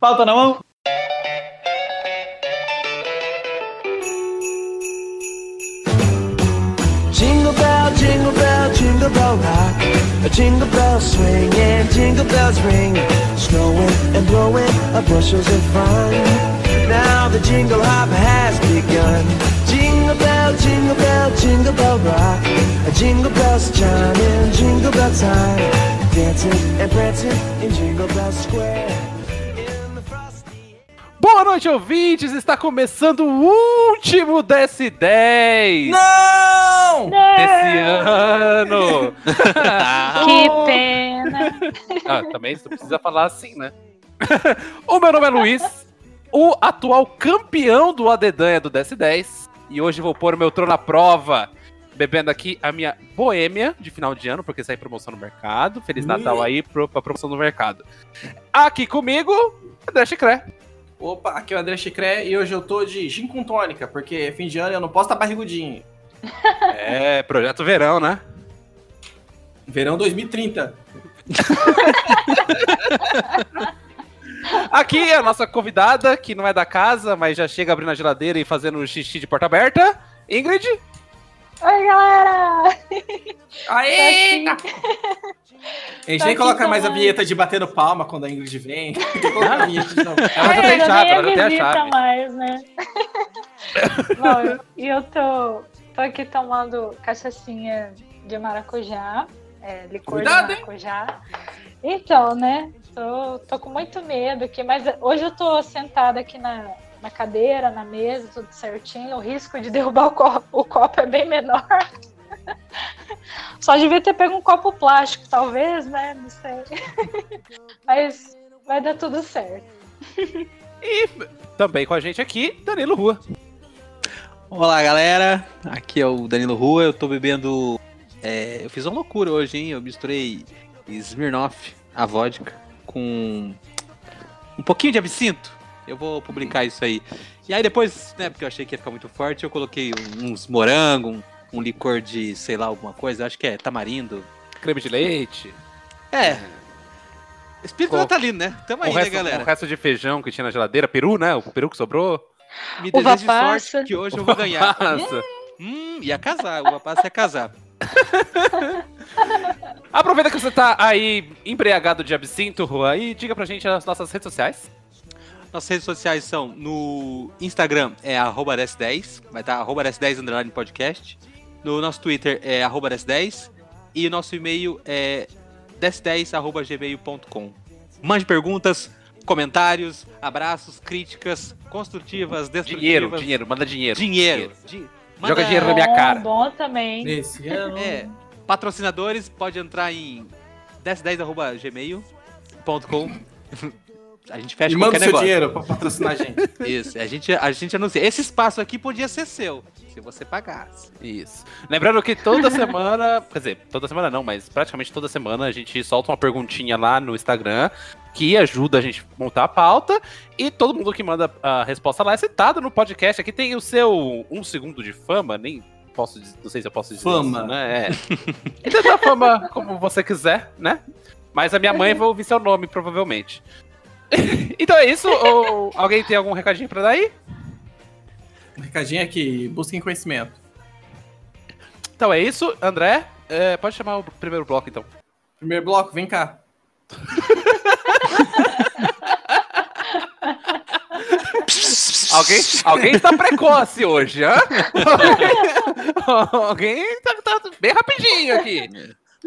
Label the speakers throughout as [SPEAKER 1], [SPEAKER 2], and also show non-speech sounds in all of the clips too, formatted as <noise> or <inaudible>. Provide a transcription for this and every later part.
[SPEAKER 1] Pauta na mão.
[SPEAKER 2] Jingle bell, jingle bell, jingle bell rock. A jingle bell swing and jingle bells ring. Snowing and blowing a bushels of fun. Now the jingle hop has begun. Jingle bell, jingle bell, jingle bell rock. A jingle bells chime in jingle bell time. Dancing and prancing in Jingle Bell Square. In the frosty
[SPEAKER 3] Boa noite, ouvintes! Está começando o último DS10
[SPEAKER 4] Não!
[SPEAKER 3] desse ano! <laughs>
[SPEAKER 5] Que pena.
[SPEAKER 3] Ah, também você precisa falar assim, né? <laughs> o meu nome é Luiz, o atual campeão do Adedanha do DS10, e hoje vou pôr o meu trono à prova, bebendo aqui a minha boêmia de final de ano, porque sai promoção no mercado. Feliz Natal aí pro, pra promoção no mercado. Aqui comigo, André Chicré.
[SPEAKER 4] Opa, aqui é o André Chicré e hoje eu tô de gin com tônica, porque é fim de ano eu não posso estar barrigudinho.
[SPEAKER 3] É, projeto verão, né?
[SPEAKER 4] Verão 2030.
[SPEAKER 3] Aqui é a nossa convidada, que não é da casa, mas já chega abrindo a geladeira e fazendo xixi de porta aberta. Ingrid,
[SPEAKER 5] Oi, galera.
[SPEAKER 4] Aê!
[SPEAKER 5] Tá
[SPEAKER 4] A gente
[SPEAKER 5] Tá
[SPEAKER 4] nem
[SPEAKER 5] aqui
[SPEAKER 4] coloca mais a
[SPEAKER 5] também.
[SPEAKER 4] vinheta de batendo palma quando a Ingrid vem. <laughs> Tem que colocar a vinheta de novo.
[SPEAKER 3] ela já
[SPEAKER 5] É,
[SPEAKER 3] tem
[SPEAKER 5] eu
[SPEAKER 3] chave,
[SPEAKER 5] nem
[SPEAKER 3] ela já tem a
[SPEAKER 5] visita
[SPEAKER 3] chave.
[SPEAKER 5] mais,
[SPEAKER 3] <laughs>
[SPEAKER 5] né? Bom, eu- e eu tô, tô aqui tomando cachaçinha de maracujá, é, licor
[SPEAKER 4] Cuidado,
[SPEAKER 5] de
[SPEAKER 4] hein?
[SPEAKER 5] maracujá. Então, né? Tô, tô com muito medo aqui, mas hoje eu tô sentada aqui na, na cadeira, na mesa, tudo certinho. O risco de derrubar o copo, o copo é bem menor. <laughs> Só devia ter pego um copo plástico, talvez, né? Não sei. <laughs> Mas vai dar tudo certo.
[SPEAKER 3] também com a gente aqui, Danilo Rua.
[SPEAKER 6] Olá galera, aqui é o Danilo Rua, eu tô bebendo. é, eu fiz uma loucura hoje, hein? Eu misturei Smirnoff, a vodka, com um pouquinho de absinto. Eu vou publicar isso aí. E aí depois, né, porque eu achei que ia ficar muito forte, eu coloquei uns morango, um, um licor de sei lá alguma coisa, acho que é tamarindo.
[SPEAKER 3] Creme de leite.
[SPEAKER 6] É. Espírito
[SPEAKER 3] Com-
[SPEAKER 6] natalino, né? Tamo
[SPEAKER 3] O
[SPEAKER 6] aí, né,
[SPEAKER 3] resto, o
[SPEAKER 6] galera?
[SPEAKER 3] resto de feijão que tinha na geladeira. Peru, né? O peru que sobrou.
[SPEAKER 6] Me
[SPEAKER 5] Uva
[SPEAKER 6] deseje
[SPEAKER 5] passa.
[SPEAKER 6] sorte que hoje eu vou
[SPEAKER 3] <laughs>
[SPEAKER 6] ganhar.
[SPEAKER 3] Nossa.
[SPEAKER 6] Hum, ia casar, o rapaz ia casar.
[SPEAKER 3] Aproveita que você tá aí embriagado de absinto, Rua, e diga pra gente as nossas redes sociais.
[SPEAKER 6] Nossas redes sociais são no Instagram é arroba DS10, vai estar arroba DS10 underline podcast. No nosso Twitter é arroba DS10 e nosso e-mail é DS10 arroba gmail.com. Mande perguntas, comentários, abraços, críticas construtivas, destrutivas.
[SPEAKER 3] Dinheiro, dinheiro, manda dinheiro.
[SPEAKER 6] Dinheiro. Di- manda-
[SPEAKER 3] Joga dinheiro na minha
[SPEAKER 5] É, bom,
[SPEAKER 3] cara.
[SPEAKER 5] Bom também.
[SPEAKER 4] Nesse ano.
[SPEAKER 6] É, patrocinadores, pode entrar em DS10 arroba gmail.com.
[SPEAKER 3] <laughs>
[SPEAKER 6] A gente fecha
[SPEAKER 4] E
[SPEAKER 6] é
[SPEAKER 4] manda o
[SPEAKER 6] qualquer
[SPEAKER 4] seu
[SPEAKER 6] negócio.
[SPEAKER 4] dinheiro pra patrocinar a gente.
[SPEAKER 6] Isso, a gente, a gente anuncia. Esse espaço aqui podia ser seu, se você pagasse.
[SPEAKER 3] Isso. Lembrando que toda semana, <laughs> quer dizer, toda semana não, mas praticamente toda semana a gente solta uma perguntinha lá no Instagram que ajuda a gente a montar a pauta e todo mundo que manda a resposta lá é citado no podcast. Aqui tem o seu um segundo de fama, nem posso, dizer- não sei se eu posso dizer
[SPEAKER 4] Fama.
[SPEAKER 3] isso, né? É. E tanta fama como você quiser, né? Mas a minha mãe vai ouvir seu nome provavelmente. <laughs> então é isso. Ou alguém tem algum recadinho pra dar aí?
[SPEAKER 4] O recadinho é que busquem conhecimento.
[SPEAKER 3] Então é isso, André. é, pode chamar o primeiro bloco então.
[SPEAKER 4] Primeiro bloco, vem cá.
[SPEAKER 3] Alguém, alguém está precoce hoje, hã? <laughs> alguém está bem rapidinho aqui.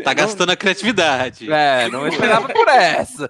[SPEAKER 6] Tá gastando a criatividade.
[SPEAKER 3] É, não esperava por essa.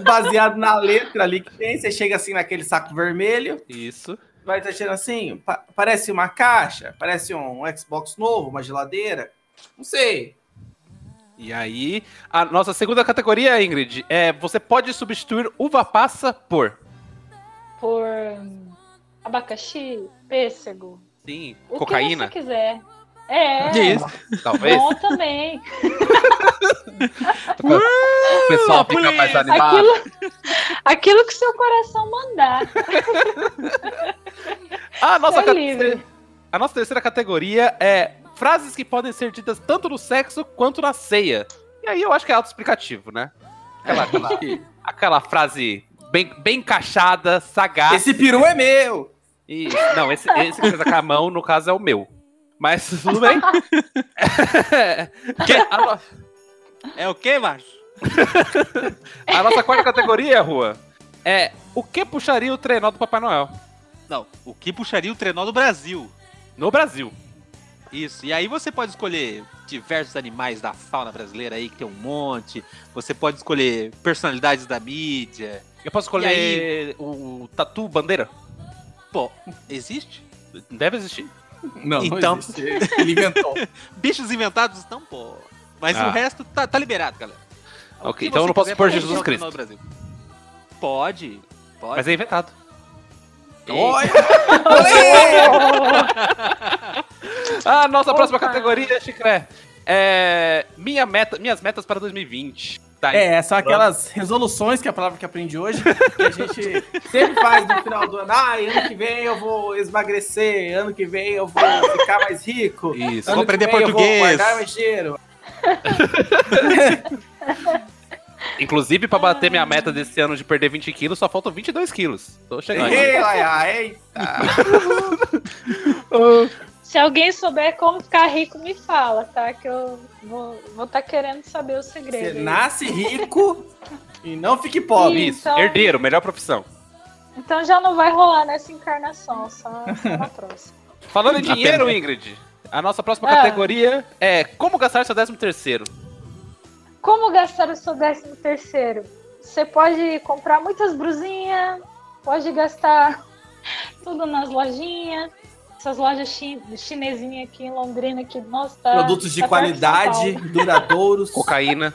[SPEAKER 4] baseado na letra ali que tem. Você chega assim naquele saco vermelho,
[SPEAKER 3] Isso.
[SPEAKER 4] vai tá tirando assim. pa- parece uma caixa, parece um Xbox novo, uma geladeira. Não sei.
[SPEAKER 3] E aí, a nossa segunda categoria, Ingrid, é você pode substituir uva passa por.
[SPEAKER 5] Por hum, abacaxi, pêssego.
[SPEAKER 3] Sim,
[SPEAKER 5] O
[SPEAKER 3] cocaína,
[SPEAKER 5] que você quiser. É,
[SPEAKER 6] isso.
[SPEAKER 3] talvez.
[SPEAKER 5] bom também.
[SPEAKER 3] o pessoal fica mais animado.
[SPEAKER 5] Aquilo, aquilo que seu coração mandar.
[SPEAKER 3] A nossa,
[SPEAKER 5] Tá
[SPEAKER 3] cate-
[SPEAKER 5] livre.
[SPEAKER 3] a nossa terceira categoria é frases que podem ser ditas tanto no sexo quanto na ceia. E aí eu acho que é autoexplicativo, né? Aquela, aquela, aquela frase bem, bem encaixada, sagaz.
[SPEAKER 4] Esse peru é meu!
[SPEAKER 3] E, não, esse, esse que fez com a mão, no caso, é o meu. Mas <laughs> tudo bem. Que- a, no-
[SPEAKER 6] É o quê, macho?
[SPEAKER 3] a nossa quarta categoria, Rua, é o que puxaria o trenó do Papai Noel
[SPEAKER 6] Não, o que puxaria o trenó do Brasil?
[SPEAKER 3] no Brasil?
[SPEAKER 6] Isso. E aí você pode escolher diversos animais da fauna brasileira aí, que tem um monte. Você pode escolher personalidades da mídia.
[SPEAKER 3] Eu posso
[SPEAKER 6] E
[SPEAKER 3] escolher o tatu bandeira?
[SPEAKER 6] Pô, existe?
[SPEAKER 3] Deve existir.
[SPEAKER 4] Não,
[SPEAKER 6] Então.
[SPEAKER 4] existe. Ele inventou.
[SPEAKER 6] Bichos inventados? Não, pô. Mas
[SPEAKER 3] Ah.
[SPEAKER 6] o resto tá, tá liberado, galera. O
[SPEAKER 3] Ok,
[SPEAKER 6] que
[SPEAKER 3] então eu
[SPEAKER 6] você
[SPEAKER 3] não posso
[SPEAKER 6] quiser
[SPEAKER 3] pôr
[SPEAKER 6] pode
[SPEAKER 3] Jesus
[SPEAKER 6] puxar o
[SPEAKER 3] Cristo.
[SPEAKER 6] trenó do Brasil. Pode. Pode.
[SPEAKER 3] Mas é inventado.
[SPEAKER 4] Olha!
[SPEAKER 3] A Ah, nossa próxima
[SPEAKER 5] Opa.
[SPEAKER 3] categoria, Chicré, é minha meta, minhas metas para 2020. Tá,
[SPEAKER 4] É, são aquelas resoluções que é a palavra que aprendi hoje, que a gente sempre faz no final do ano. Ah, ano que vem eu vou esmagrecer, ano que vem eu vou ficar mais rico.
[SPEAKER 3] Isso.
[SPEAKER 4] ano
[SPEAKER 6] vou
[SPEAKER 4] que
[SPEAKER 6] aprender
[SPEAKER 4] vem Eu vou
[SPEAKER 6] português.
[SPEAKER 4] guardar mais dinheiro.
[SPEAKER 3] Inclusive, pra bater minha meta desse ano de perder 20 quilos, só faltam 22 quilos. Tô chegando.
[SPEAKER 4] Ei, Laia, eita.
[SPEAKER 5] Se alguém souber como ficar rico, me fala, tá? Que eu vou vou tá querendo saber o
[SPEAKER 4] Você
[SPEAKER 5] segredo. aí.
[SPEAKER 4] nasce rico e não fique pobre.
[SPEAKER 3] Isso, herdeiro, melhor profissão.
[SPEAKER 5] Então já não vai rolar nessa encarnação, só, só na próxima.
[SPEAKER 3] Falando em dinheiro, Ingrid, a nossa próxima
[SPEAKER 5] Ah.
[SPEAKER 3] categoria é como gastar seu 13 terceiro.
[SPEAKER 5] Como gastar o seu décimo terceiro? Você pode comprar muitas brusinhas, pode gastar <laughs> tudo nas lojinhas, essas lojas chi chinesinhas aqui em Londrina, que, nossa, tá,
[SPEAKER 4] Produtos de
[SPEAKER 5] tá perto São
[SPEAKER 4] qualidade,
[SPEAKER 5] Paulo.
[SPEAKER 4] duradouros.
[SPEAKER 3] Cocaína.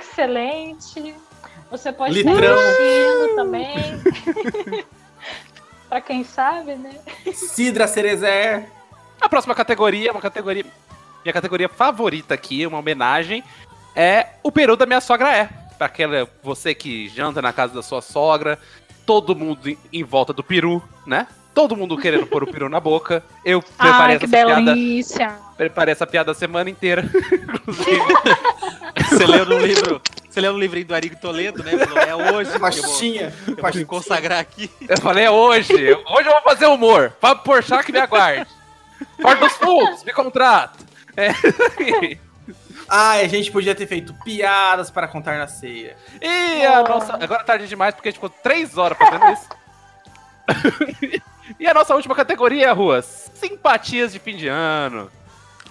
[SPEAKER 5] Excelente. Você pode
[SPEAKER 4] Litrão.
[SPEAKER 5] estar investindo também. <laughs> Pra quem sabe, né?
[SPEAKER 4] Sidra Cerezer.
[SPEAKER 3] A próxima categoria é uma categoria. Minha categoria favorita aqui, uma homenagem, é o peru da minha sogra é. Pra aquela, você que janta na casa da sua sogra, todo mundo em- em volta do peru, né? Todo mundo querendo pôr o peru na boca. Eu preparei essa piada.
[SPEAKER 5] delícia.
[SPEAKER 3] Preparei essa piada a semana inteira. <laughs> Inclusive.
[SPEAKER 6] Você leu no livro. Você leu no livrinho do Arigo Toledo, né? Falou, é hoje que eu vou,
[SPEAKER 4] Pastinha.
[SPEAKER 6] eu vou me consagrar aqui.
[SPEAKER 3] Eu falei, é hoje. Hoje eu vou fazer humor. Fábio Porchat que me aguarde. Porta dos fundos, me contrata. É. <laughs>
[SPEAKER 4] Ai, a gente podia ter feito piadas para contar na ceia.
[SPEAKER 3] E a nossa... Agora é tarde demais, porque a gente ficou três horas fazendo isso. <laughs> e a nossa última categoria, Rua. Simpatias de fim de ano.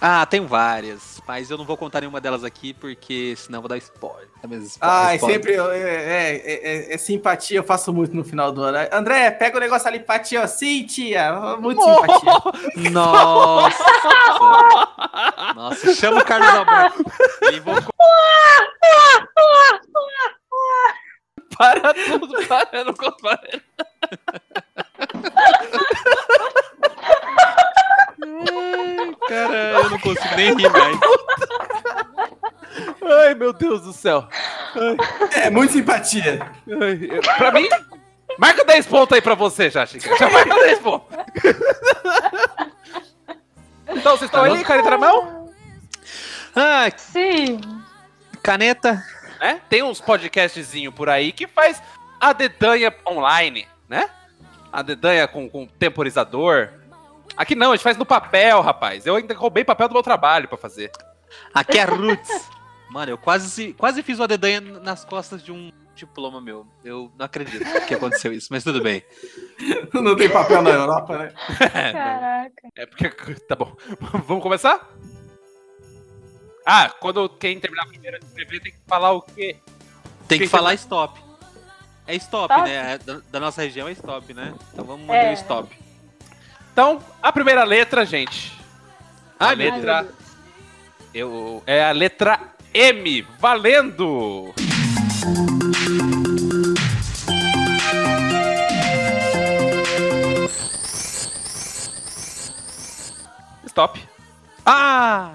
[SPEAKER 6] Ah, tem várias. Mas eu não vou contar nenhuma delas aqui, porque senão eu vou dar spoiler. Tá mesmo, spoiler,
[SPEAKER 4] Ai,
[SPEAKER 6] spoiler.
[SPEAKER 4] sempre eu- é, é- é- é simpatia, eu faço muito no final do ano. André, pega o negócio ali pra tia, ó. Sim, tia, muito simpatia. <laughs>
[SPEAKER 6] Nossa! Nossa, chama o Carlos Alberto. E vou
[SPEAKER 3] Para tudo, para, eu não consigo.
[SPEAKER 6] Cara, eu não consigo nem rir mais.
[SPEAKER 3] Ai, meu Deus do céu.
[SPEAKER 4] É, muito simpatia. <laughs>
[SPEAKER 3] Ai, eu- Pra mim, marca 10 pontos aí pra você já, Chica. Já marca 10 pontos. então, vocês estão aí, caneta na mão?
[SPEAKER 6] Ah,
[SPEAKER 5] Sim.
[SPEAKER 6] caneta.
[SPEAKER 3] Né? Tem uns podcastzinhos por aí que faz a dedanha online, né? A dedanha com, com temporizador. Aqui não, a gente faz no papel, rapaz. Eu ainda roubei papel do meu trabalho pra fazer.
[SPEAKER 6] Aqui é Roots. Mano, eu quase, quase fiz uma dedanha nas costas de um diploma meu. Eu não acredito que aconteceu isso, mas tudo bem.
[SPEAKER 4] Não tem papel na Europa, né?
[SPEAKER 3] É, não.
[SPEAKER 5] Caraca.
[SPEAKER 3] É porque. Tá bom. <laughs> Vamos começar? Ah, quando quem terminar primeiro de escrever tem que falar o quê? Quem
[SPEAKER 6] Tem que falar stop. É stop,
[SPEAKER 5] Stop?
[SPEAKER 6] né? É Da, da nossa região é stop, né? Então vamos
[SPEAKER 5] É.
[SPEAKER 6] manter o stop.
[SPEAKER 3] Então, a primeira letra, gente. A
[SPEAKER 6] Ai, meu
[SPEAKER 3] letra. Eu, é a letra M. Valendo! Stop.
[SPEAKER 6] Ah!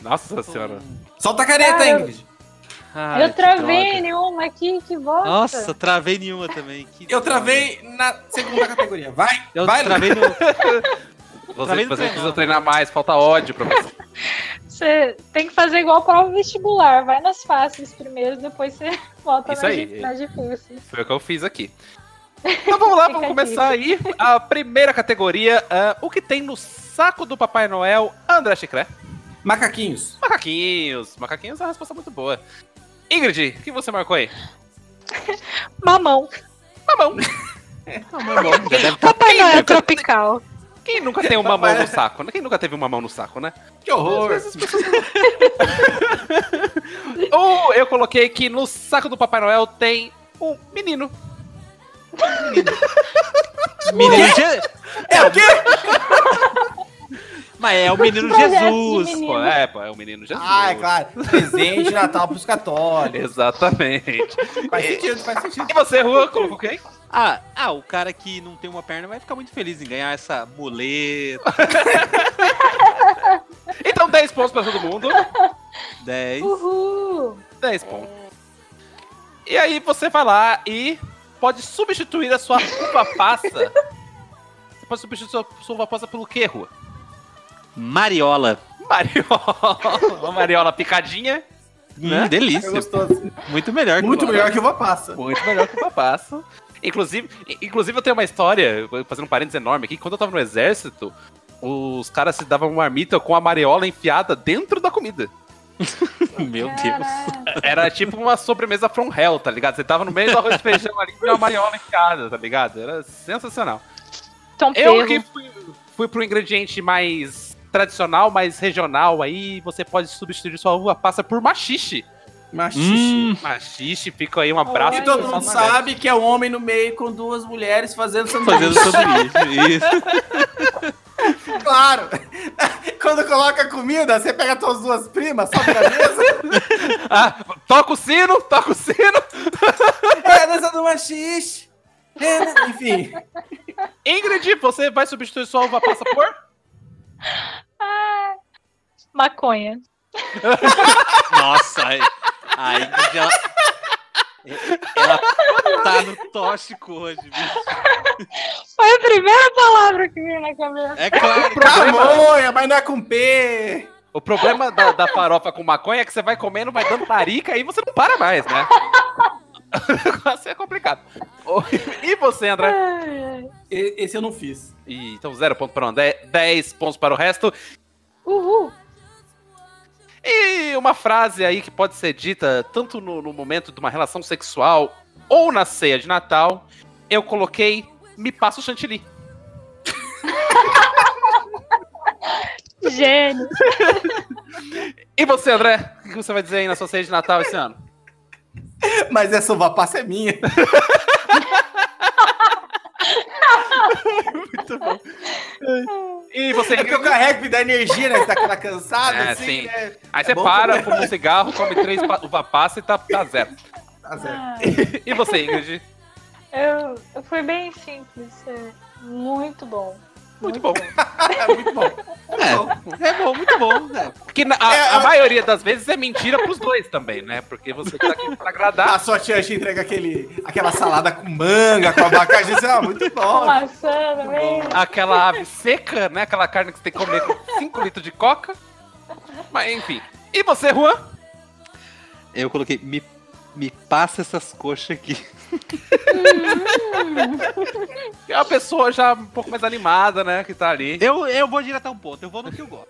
[SPEAKER 3] Nossa senhora.
[SPEAKER 6] Hum.
[SPEAKER 4] Solta a caneta,
[SPEAKER 5] Ah, eu-
[SPEAKER 4] Ingrid.
[SPEAKER 6] Ai,
[SPEAKER 5] eu
[SPEAKER 6] que
[SPEAKER 5] travei
[SPEAKER 6] droga.
[SPEAKER 5] nenhuma aqui, que bosta.
[SPEAKER 6] Nossa, travei nenhuma também. que
[SPEAKER 4] Eu
[SPEAKER 6] droga.
[SPEAKER 4] travei na segunda categoria. Vai,
[SPEAKER 6] Eu
[SPEAKER 4] vai,
[SPEAKER 6] travei no.
[SPEAKER 3] Vocês,
[SPEAKER 6] Travei no
[SPEAKER 3] vocês
[SPEAKER 6] treinão.
[SPEAKER 3] precisam treinar mais, falta ódio pra vocês.
[SPEAKER 5] Você tem que fazer igual prova vestibular. Vai nas fáceis primeiro, depois você <laughs> volta
[SPEAKER 3] Isso
[SPEAKER 5] nas,
[SPEAKER 3] aí.
[SPEAKER 5] di- nas difíceis.
[SPEAKER 3] Foi o que eu fiz aqui. Então vamos
[SPEAKER 6] <laughs>
[SPEAKER 3] lá,
[SPEAKER 5] Fica
[SPEAKER 3] vamos começar aí. A primeira categoria: ah, o que tem no saco do Papai Noel, André Chicré?
[SPEAKER 4] Macaquinhos.
[SPEAKER 3] Macaquinhos. Macaquinhos é uma resposta muito boa. Ingrid, o que você marcou aí?
[SPEAKER 5] Mamão.
[SPEAKER 3] Mamão.
[SPEAKER 6] Já deve tá-
[SPEAKER 5] Papai
[SPEAKER 3] Noel
[SPEAKER 5] Noel tropical.
[SPEAKER 3] Quem nunca tem um mamão no saco? né? Quem nunca teve um mamão no saco, né?
[SPEAKER 4] Que horror.
[SPEAKER 3] Ou eu coloquei que no saco do Papai Noel tem um menino.
[SPEAKER 6] Menino Je-
[SPEAKER 4] É o quê?
[SPEAKER 6] Mas é o menino
[SPEAKER 5] Projeto de
[SPEAKER 6] Jesus.
[SPEAKER 5] menino.
[SPEAKER 3] Pô, é, pô, é o menino Jesus.
[SPEAKER 4] Ah, é claro. Presente de Natal pros católicos.
[SPEAKER 3] Exatamente.
[SPEAKER 4] Faz sentido, faz sentido.
[SPEAKER 3] E você, Rua, colocou quem?
[SPEAKER 6] Ah, ah, o cara que não tem uma perna vai ficar muito feliz em ganhar essa muleta. <laughs>
[SPEAKER 3] Então 10 pontos pra todo mundo.
[SPEAKER 6] 10.
[SPEAKER 5] Uhul.
[SPEAKER 3] 10 pontos. E aí você vai lá e pode substituir a sua uva passa. Você pode substituir sua, sua uva passa pelo quê, Rua?
[SPEAKER 6] Mariola.
[SPEAKER 3] Mariola. Uma mariola picadinha. Né?
[SPEAKER 6] Hum, delícia.
[SPEAKER 4] É gostoso.
[SPEAKER 6] Muito melhor que
[SPEAKER 4] Muito
[SPEAKER 6] o
[SPEAKER 4] melhor que uma passa.
[SPEAKER 3] Muito melhor que o papasso. Inclusive, i- inclusive, eu tenho uma história, fazendo um parênteses enorme aqui. Quando eu tava no exército, os caras se davam uma marmita com a mariola enfiada dentro da comida.
[SPEAKER 6] Meu Deus.
[SPEAKER 5] Caraca.
[SPEAKER 3] Era tipo uma sobremesa from hell, tá ligado? Você tava no meio do arroz e feijão ali com uma mariola enfiada, tá ligado? Era sensacional.
[SPEAKER 5] Tom
[SPEAKER 3] Eu
[SPEAKER 5] Perro.
[SPEAKER 3] que fui, fui pro ingrediente mais tradicional, mais regional, aí você pode substituir sua uva passa por machixe.
[SPEAKER 4] Machixe.
[SPEAKER 3] Machixe, fica aí um abraço.
[SPEAKER 5] Olha.
[SPEAKER 4] E todo mundo
[SPEAKER 3] Salve.
[SPEAKER 4] sabe que é um homem no meio com duas mulheres fazendo sanduíche.
[SPEAKER 6] Fazendo sanduíche. Isso.
[SPEAKER 4] Claro! <laughs> Quando coloca comida, você pega tuas duas primas, só pra mesa.
[SPEAKER 3] Ah, toca o sino, toca o sino.
[SPEAKER 4] <laughs> é a dança do machixe. É, enfim.
[SPEAKER 3] Ingrid, você vai substituir sua uva passa por?
[SPEAKER 5] Maconha.
[SPEAKER 6] Nossa, aí, aí que já. É, Ela tá no tóxico hoje, bicho.
[SPEAKER 5] Foi a primeira palavra que veio na cabeça.
[SPEAKER 6] É claro.
[SPEAKER 4] Pamonha, Tá mas não é com P.
[SPEAKER 3] O problema da, da farofa com maconha é que você vai comendo, vai dando tarica e você não para mais, né? <laughs> O negócio é complicado. E você, André?
[SPEAKER 5] Ai, ai.
[SPEAKER 4] E- Esse eu não fiz.
[SPEAKER 3] Ih, então, zero ponto para o André, dez pontos para o resto.
[SPEAKER 5] Uhul.
[SPEAKER 3] E uma frase aí que pode ser dita tanto no, no momento de uma relação sexual ou na ceia de Natal, eu coloquei me passa o chantilly. <laughs>
[SPEAKER 5] Gênio.
[SPEAKER 3] E você, André? O que você vai dizer aí na sua ceia de Natal esse ano?
[SPEAKER 4] Mas essa uva passa é minha.
[SPEAKER 3] E você,
[SPEAKER 4] É que eu carrego, me dá energia, né? Você tá aquela cansada,
[SPEAKER 3] É,
[SPEAKER 4] assim,
[SPEAKER 3] sim.
[SPEAKER 4] né?
[SPEAKER 3] Aí você
[SPEAKER 4] bom
[SPEAKER 3] para,
[SPEAKER 4] também.
[SPEAKER 3] fuma um cigarro, come três pa- uva passa e tá, tá zero.
[SPEAKER 4] Tá certo.
[SPEAKER 3] E você, Ingrid?
[SPEAKER 5] Ah, Eu, eu fui bem simples. é. Muito bom.
[SPEAKER 3] Muito bom.
[SPEAKER 4] É muito bom.
[SPEAKER 6] É, é bom, muito bom. né?
[SPEAKER 3] Porque na- a,
[SPEAKER 4] É,
[SPEAKER 3] a
[SPEAKER 4] é.
[SPEAKER 3] maioria das vezes é mentira pros dois também, né? Porque você tá aqui pra agradar.
[SPEAKER 4] A sua tia te entrega aquele, aquela salada com manga, com abacaxi. Você, ah, muito
[SPEAKER 5] Com
[SPEAKER 4] bom.
[SPEAKER 5] maçã também.
[SPEAKER 3] Aquela ave seca, né? Aquela carne que você tem que comer com 5 litros de coca. Mas enfim. E você, Juan?
[SPEAKER 6] Eu coloquei, me, me passa essas coxas aqui.
[SPEAKER 3] É uma pessoa já um pouco mais animada, né? Que tá ali.
[SPEAKER 5] É.
[SPEAKER 6] Eu, eu vou direto ao ponto, eu vou no que eu gosto.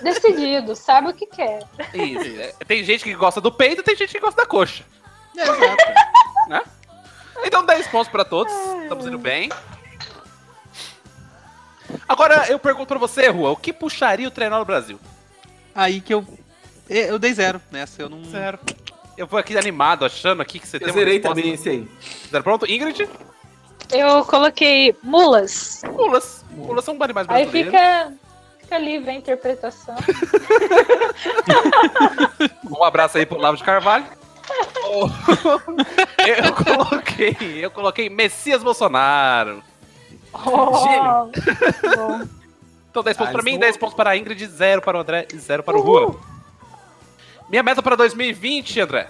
[SPEAKER 5] Decidido. Sabe o que quer.
[SPEAKER 3] Isso. É, Tem gente que gosta do peito, tem gente que gosta da coxa.
[SPEAKER 6] É, exato.
[SPEAKER 3] Então 10 pontos pra todos. Estamos indo bem. Agora eu pergunto pra você, Rua, o que puxaria o trenó no Brasil?
[SPEAKER 6] Aí que eu. Eu dei zero nessa, eu não.
[SPEAKER 5] Hum.
[SPEAKER 3] Zero. Eu vou aqui animado, achando aqui que você tem
[SPEAKER 4] Eu zerei
[SPEAKER 3] resposta.
[SPEAKER 4] também esse aí.
[SPEAKER 3] Zero pronto? Ingrid?
[SPEAKER 5] Eu coloquei mulas.
[SPEAKER 3] Mulas. Mulas são é um animais
[SPEAKER 5] Aí
[SPEAKER 3] brasileiros.
[SPEAKER 5] fica, fica livre a interpretação.
[SPEAKER 3] <laughs> Um abraço aí pro Lavo de Carvalho.
[SPEAKER 5] <laughs>
[SPEAKER 3] Oh, eu coloquei, eu coloquei Messias Bolsonaro.
[SPEAKER 5] Oh, <laughs> bom.
[SPEAKER 3] Então 10 pontos
[SPEAKER 4] Ah,
[SPEAKER 3] pra mim,
[SPEAKER 4] isso-
[SPEAKER 3] 10 pontos para a Ingrid, 0 para o André e 0 para o Rua. Minha meta para 2020, André.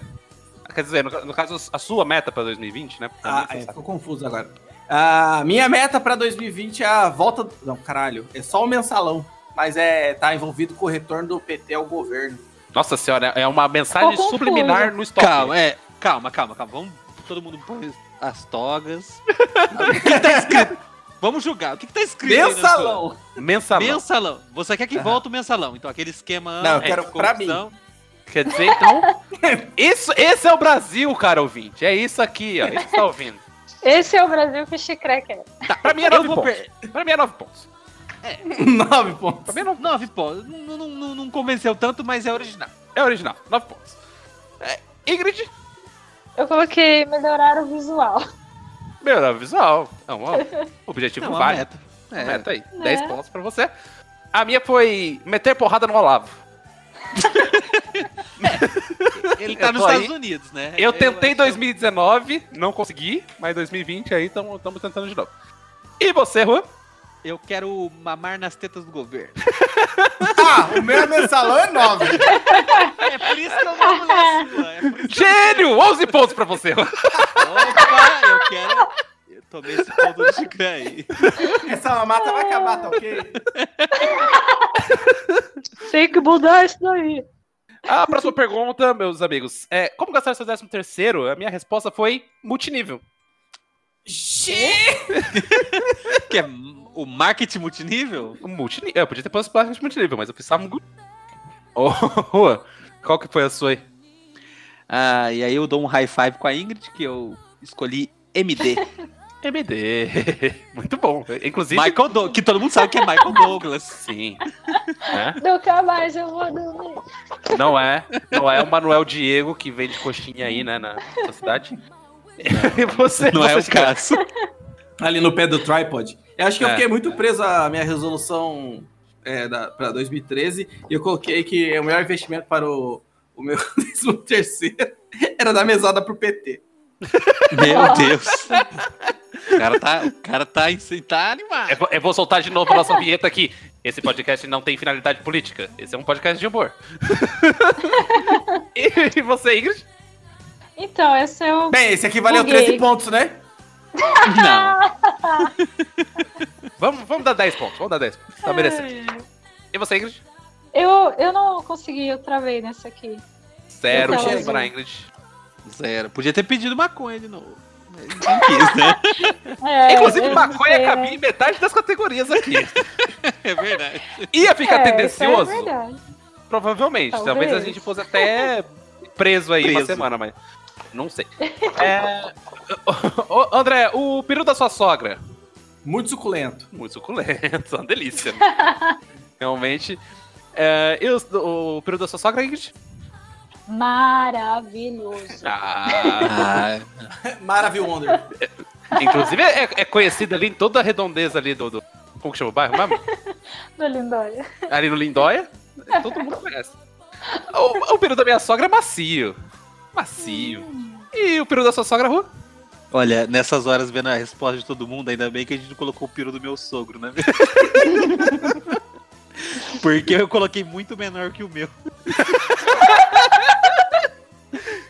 [SPEAKER 3] Ah, Quer dizer, no, ca- no caso, a sua meta para 2020, né? Pra
[SPEAKER 4] Ah,
[SPEAKER 3] mim,
[SPEAKER 4] é,
[SPEAKER 3] você sabe.
[SPEAKER 4] ficou confuso agora. Ah, minha meta pra 2020 é a volta. do- Não, caralho, é só o mensalão. Mas é tá envolvido com o retorno do PT ao governo.
[SPEAKER 3] Nossa senhora, é uma mensagem
[SPEAKER 5] Ficou confuso.
[SPEAKER 3] subliminar no estoque.
[SPEAKER 6] Calma, é. Calma, calma, calma. Vamos todo mundo põe as togas. o que, que tá
[SPEAKER 4] né,
[SPEAKER 6] escrito? Vamos julgar. O que, que tá escrito? aí na sua-
[SPEAKER 4] Mensalão! <laughs>
[SPEAKER 3] Mensalão.
[SPEAKER 6] Mensalão. Você quer que volte o mensalão. Então, aquele esquema.
[SPEAKER 4] Não, eu
[SPEAKER 6] antes
[SPEAKER 4] quero
[SPEAKER 6] de
[SPEAKER 4] pra mim.
[SPEAKER 6] corrupção.
[SPEAKER 3] Quer dizer, então. isso, esse é o Brasil, cara ouvinte. É isso aqui, ó. Isso que você tá ouvindo.
[SPEAKER 5] Esse é o Brasil que chicré quer.
[SPEAKER 3] Tá, pra mim é
[SPEAKER 6] Eu
[SPEAKER 3] 9
[SPEAKER 6] vou
[SPEAKER 3] pontos.
[SPEAKER 6] per...
[SPEAKER 3] Pra mim é 9 pontos.
[SPEAKER 4] Nove pontos.
[SPEAKER 6] Também não, nove pontos. Não, não, não, não convenceu tanto, mas é original.
[SPEAKER 3] É original, 9 pontos. É, Ingrid,
[SPEAKER 5] Eu coloquei melhorar o visual. <laughs>
[SPEAKER 3] melhorar o visual. É um ó, objetivo
[SPEAKER 6] Não, uma
[SPEAKER 3] válido.
[SPEAKER 6] meta. É.
[SPEAKER 3] Meta aí.
[SPEAKER 5] Né?
[SPEAKER 3] 10 pontos pra você. A minha foi meter porrada no Olavo.
[SPEAKER 6] Ele
[SPEAKER 3] Eu
[SPEAKER 6] tá nos
[SPEAKER 3] tô aí.
[SPEAKER 6] Estados Unidos, né?
[SPEAKER 3] É, Eu tentei
[SPEAKER 6] acho
[SPEAKER 3] em
[SPEAKER 6] que
[SPEAKER 3] 2019, não consegui, mas 2020 aí estamos tentando de novo. E você, <laughs> Juan?
[SPEAKER 6] Eu, eu quero mamar nas tetas do governo.
[SPEAKER 4] Ah, o meu mensalão é nove.
[SPEAKER 6] É por isso que eu mamo na sua. É por isso que eu-
[SPEAKER 3] Gênio! 11 pontos pra você, Juan.
[SPEAKER 6] Opa, eu quero. Eu tomei esse ponto do chiclete aí.
[SPEAKER 4] Essa mata vai acabar, tá ok?
[SPEAKER 5] Tem que mudar isso daí.
[SPEAKER 3] <laughs> A próxima pergunta, meus amigos, é como gastar seu 13 terceiro? A minha resposta foi multinível.
[SPEAKER 4] Gente!
[SPEAKER 6] Que é m- o marketing multinível?
[SPEAKER 3] Multinível. Eu podia ter posto bastante multinível, mas eu fiz Samu. Ô, Rua, qual que foi a sua aí?
[SPEAKER 6] Ah, e aí eu dou um high five com a Ingrid, que eu escolhi
[SPEAKER 3] <laughs>
[SPEAKER 6] MD.
[SPEAKER 3] MD. Muito bom. Inclusive.
[SPEAKER 6] Michael Douglas, que todo mundo sabe que
[SPEAKER 3] <laughs>
[SPEAKER 6] é Michael Douglas.
[SPEAKER 3] Sim. É?
[SPEAKER 5] Nunca mais eu vou dormir.
[SPEAKER 3] Não é. Não é o Manuel Diego que vende coxinha aí, né, na sua cidade. E você
[SPEAKER 6] Não é
[SPEAKER 3] você
[SPEAKER 6] o caso.
[SPEAKER 4] Ali no pé do tripod. Eu acho que eu
[SPEAKER 3] É.
[SPEAKER 4] fiquei muito preso à minha resolução é, da, pra 2013 e eu coloquei que o melhor investimento para o, o meu <laughs> 13 terceiro era dar mesada pro PT.
[SPEAKER 6] Meu Deus. O cara tá, o cara tá, em- tá animado.
[SPEAKER 3] Eu vou, eu vou soltar de novo a nossa vinheta aqui. Esse podcast não tem finalidade política. Esse é um podcast de humor. <laughs> e você, Ingrid?
[SPEAKER 5] Então, esse é o.
[SPEAKER 4] Bem, esse aqui valeu
[SPEAKER 5] Buguei.
[SPEAKER 4] 13 pontos, né?
[SPEAKER 6] Não.
[SPEAKER 3] Vamos, vamos dar 10 pontos. Vamos dar 10 pontos. Tá merecendo. E você, Ingrid?
[SPEAKER 5] É, Eu, eu não consegui, eu travei nessa aqui.
[SPEAKER 3] Zero
[SPEAKER 5] Então,
[SPEAKER 3] pontos
[SPEAKER 5] eu-
[SPEAKER 3] para a Ingrid.
[SPEAKER 6] Zero. Podia ter pedido maconha de novo. Mas Não quis, né?
[SPEAKER 5] É, eu
[SPEAKER 3] Inclusive,
[SPEAKER 5] não
[SPEAKER 3] maconha
[SPEAKER 5] sei, né?
[SPEAKER 3] caminha em metade das categorias aqui.
[SPEAKER 6] <laughs> É verdade.
[SPEAKER 3] Ia ficar
[SPEAKER 5] É, isso é
[SPEAKER 3] tendencioso?
[SPEAKER 5] verdade.
[SPEAKER 3] Provavelmente. Talvez. a
[SPEAKER 5] Talvez.
[SPEAKER 3] gente fosse até preso aí uma
[SPEAKER 6] Preso.
[SPEAKER 3] semana, mas. Não
[SPEAKER 5] <laughs>
[SPEAKER 3] sei. É, ô, ô, André, o peru da sua sogra.
[SPEAKER 4] Muito suculento.
[SPEAKER 3] Muito suculento, <laughs> uma delícia. né? Realmente. É, e os- o peru da sua sogra, Ingrid?
[SPEAKER 5] Maravilhoso.
[SPEAKER 3] <laughs> Ah,
[SPEAKER 6] Ah,
[SPEAKER 4] Maravilhoso. Wonder.
[SPEAKER 3] inclusive é, é conhecido ali em toda a redondeza ali do. do como que chama o bairro mesmo?
[SPEAKER 5] Do Lindóia.
[SPEAKER 3] Ali no Lindóia. Todo mundo conhece. O, o peru da minha sogra é macio. Macio. E o peru da sua sogra, Ru?
[SPEAKER 6] olha, nessas horas vendo a resposta de todo mundo, ainda bem que a gente não colocou o peru do meu sogro, né? <laughs> Porque eu coloquei muito menor que o meu.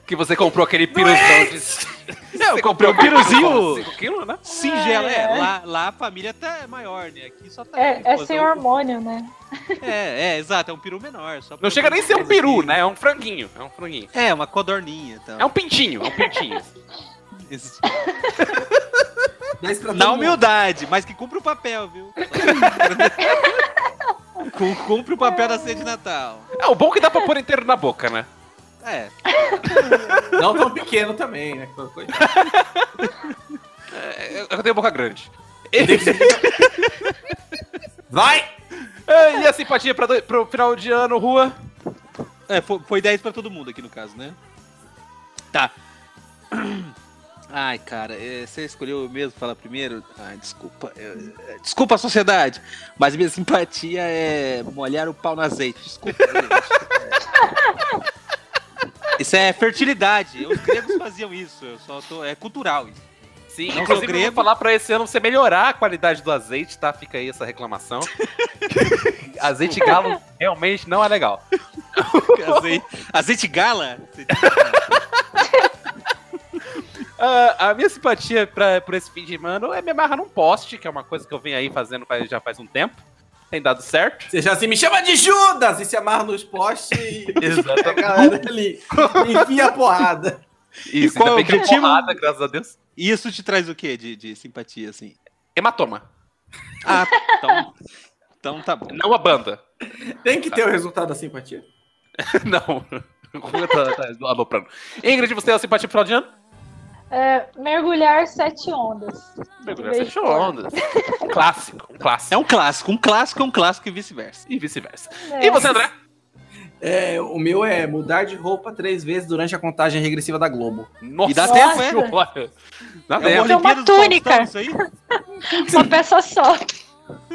[SPEAKER 3] Que você comprou aquele piruzão de.
[SPEAKER 6] Não,
[SPEAKER 3] <laughs> Você
[SPEAKER 6] eu comprei um piruzinho
[SPEAKER 3] 5 é quilos, né?
[SPEAKER 6] singelo, é. Lá, lá a família tá é maior, né? Aqui só tá.
[SPEAKER 5] É, é
[SPEAKER 6] esposa-
[SPEAKER 5] sem hormônio, né?
[SPEAKER 6] É, é, exato, é um peru menor. só
[SPEAKER 3] Não
[SPEAKER 6] pra-
[SPEAKER 3] chega nem a ser um peru, né? É um franguinho. É um franguinho.
[SPEAKER 6] É, uma codorninha. Então.
[SPEAKER 3] É um pintinho, é um pintinho.
[SPEAKER 6] Esse-
[SPEAKER 4] Dez pra todo
[SPEAKER 6] Na
[SPEAKER 4] mundo.
[SPEAKER 6] humildade, mas que cumpre o papel, viu? Cu- cumpre o papel da ceia de Natal.
[SPEAKER 3] É o bom que dá pra pôr inteiro na boca, né?
[SPEAKER 6] É,
[SPEAKER 4] Não tão pequeno também, né? Coitado.
[SPEAKER 3] É, Eu tenho boca grande.
[SPEAKER 4] Vai!
[SPEAKER 3] É, E a simpatia pra do- pro final de ano, rua?
[SPEAKER 6] é, foi, foi 10 pra todo mundo aqui no caso, né? Tá. Ai, cara, é, você escolheu eu mesmo falar primeiro? Ai, desculpa. eu- é, Desculpa, sociedade, mas minha simpatia é molhar o pau no azeite. Desculpa, gente. É. Isso é fertilidade. Os gregos faziam isso. Eu só tô, é cultural isso.
[SPEAKER 3] Sim,
[SPEAKER 6] Não sou
[SPEAKER 3] inclusive eu vou
[SPEAKER 6] grego.
[SPEAKER 3] falar pra esse ano você melhorar a qualidade do azeite, tá? Fica aí essa <laughs> reclamação. azeite galo realmente não é legal.
[SPEAKER 6] <laughs> Azeite, azeite gala?
[SPEAKER 3] Ah, a minha simpatia pra, por esse fim de ano é me amarrar num poste, que é uma coisa que eu venho aí fazendo faz- já faz um tempo. Tem dado certo.
[SPEAKER 4] Você já assim, me chama de Judas! E se amarra nos postes e...
[SPEAKER 3] Exatamente.
[SPEAKER 4] A <laughs> galera ali enfia a porrada.
[SPEAKER 3] Isso,
[SPEAKER 6] qual
[SPEAKER 3] ainda
[SPEAKER 6] é o
[SPEAKER 3] bem que é
[SPEAKER 6] objetivo?
[SPEAKER 3] porrada, graças a Deus.
[SPEAKER 6] E isso te traz o quê de, de simpatia, assim?
[SPEAKER 3] Hematoma.
[SPEAKER 6] Ah, então, então tá bom.
[SPEAKER 3] Não a banda.
[SPEAKER 4] Tem que ter o resultado assim da simpatia.
[SPEAKER 3] <laughs> não. Rua tá, tá aloprando. Ingrid, você tem uma simpatia pro final de ano?
[SPEAKER 5] É, mergulhar sete ondas.
[SPEAKER 3] Mergulhar
[SPEAKER 5] Beijo.
[SPEAKER 3] sete ondas. Um clássico, um clássico.
[SPEAKER 6] É um clássico, um clássico é um clássico e vice-versa.
[SPEAKER 3] E vice-versa.
[SPEAKER 5] É.
[SPEAKER 3] E você, André?
[SPEAKER 4] É, o meu é mudar de roupa três vezes durante a contagem regressiva da Globo.
[SPEAKER 3] Nossa,
[SPEAKER 6] E dá
[SPEAKER 5] tempo, é?
[SPEAKER 3] senhora. Dá
[SPEAKER 6] É
[SPEAKER 3] tempo.
[SPEAKER 5] uma túnica.
[SPEAKER 6] isso aí?
[SPEAKER 5] Uma peça só.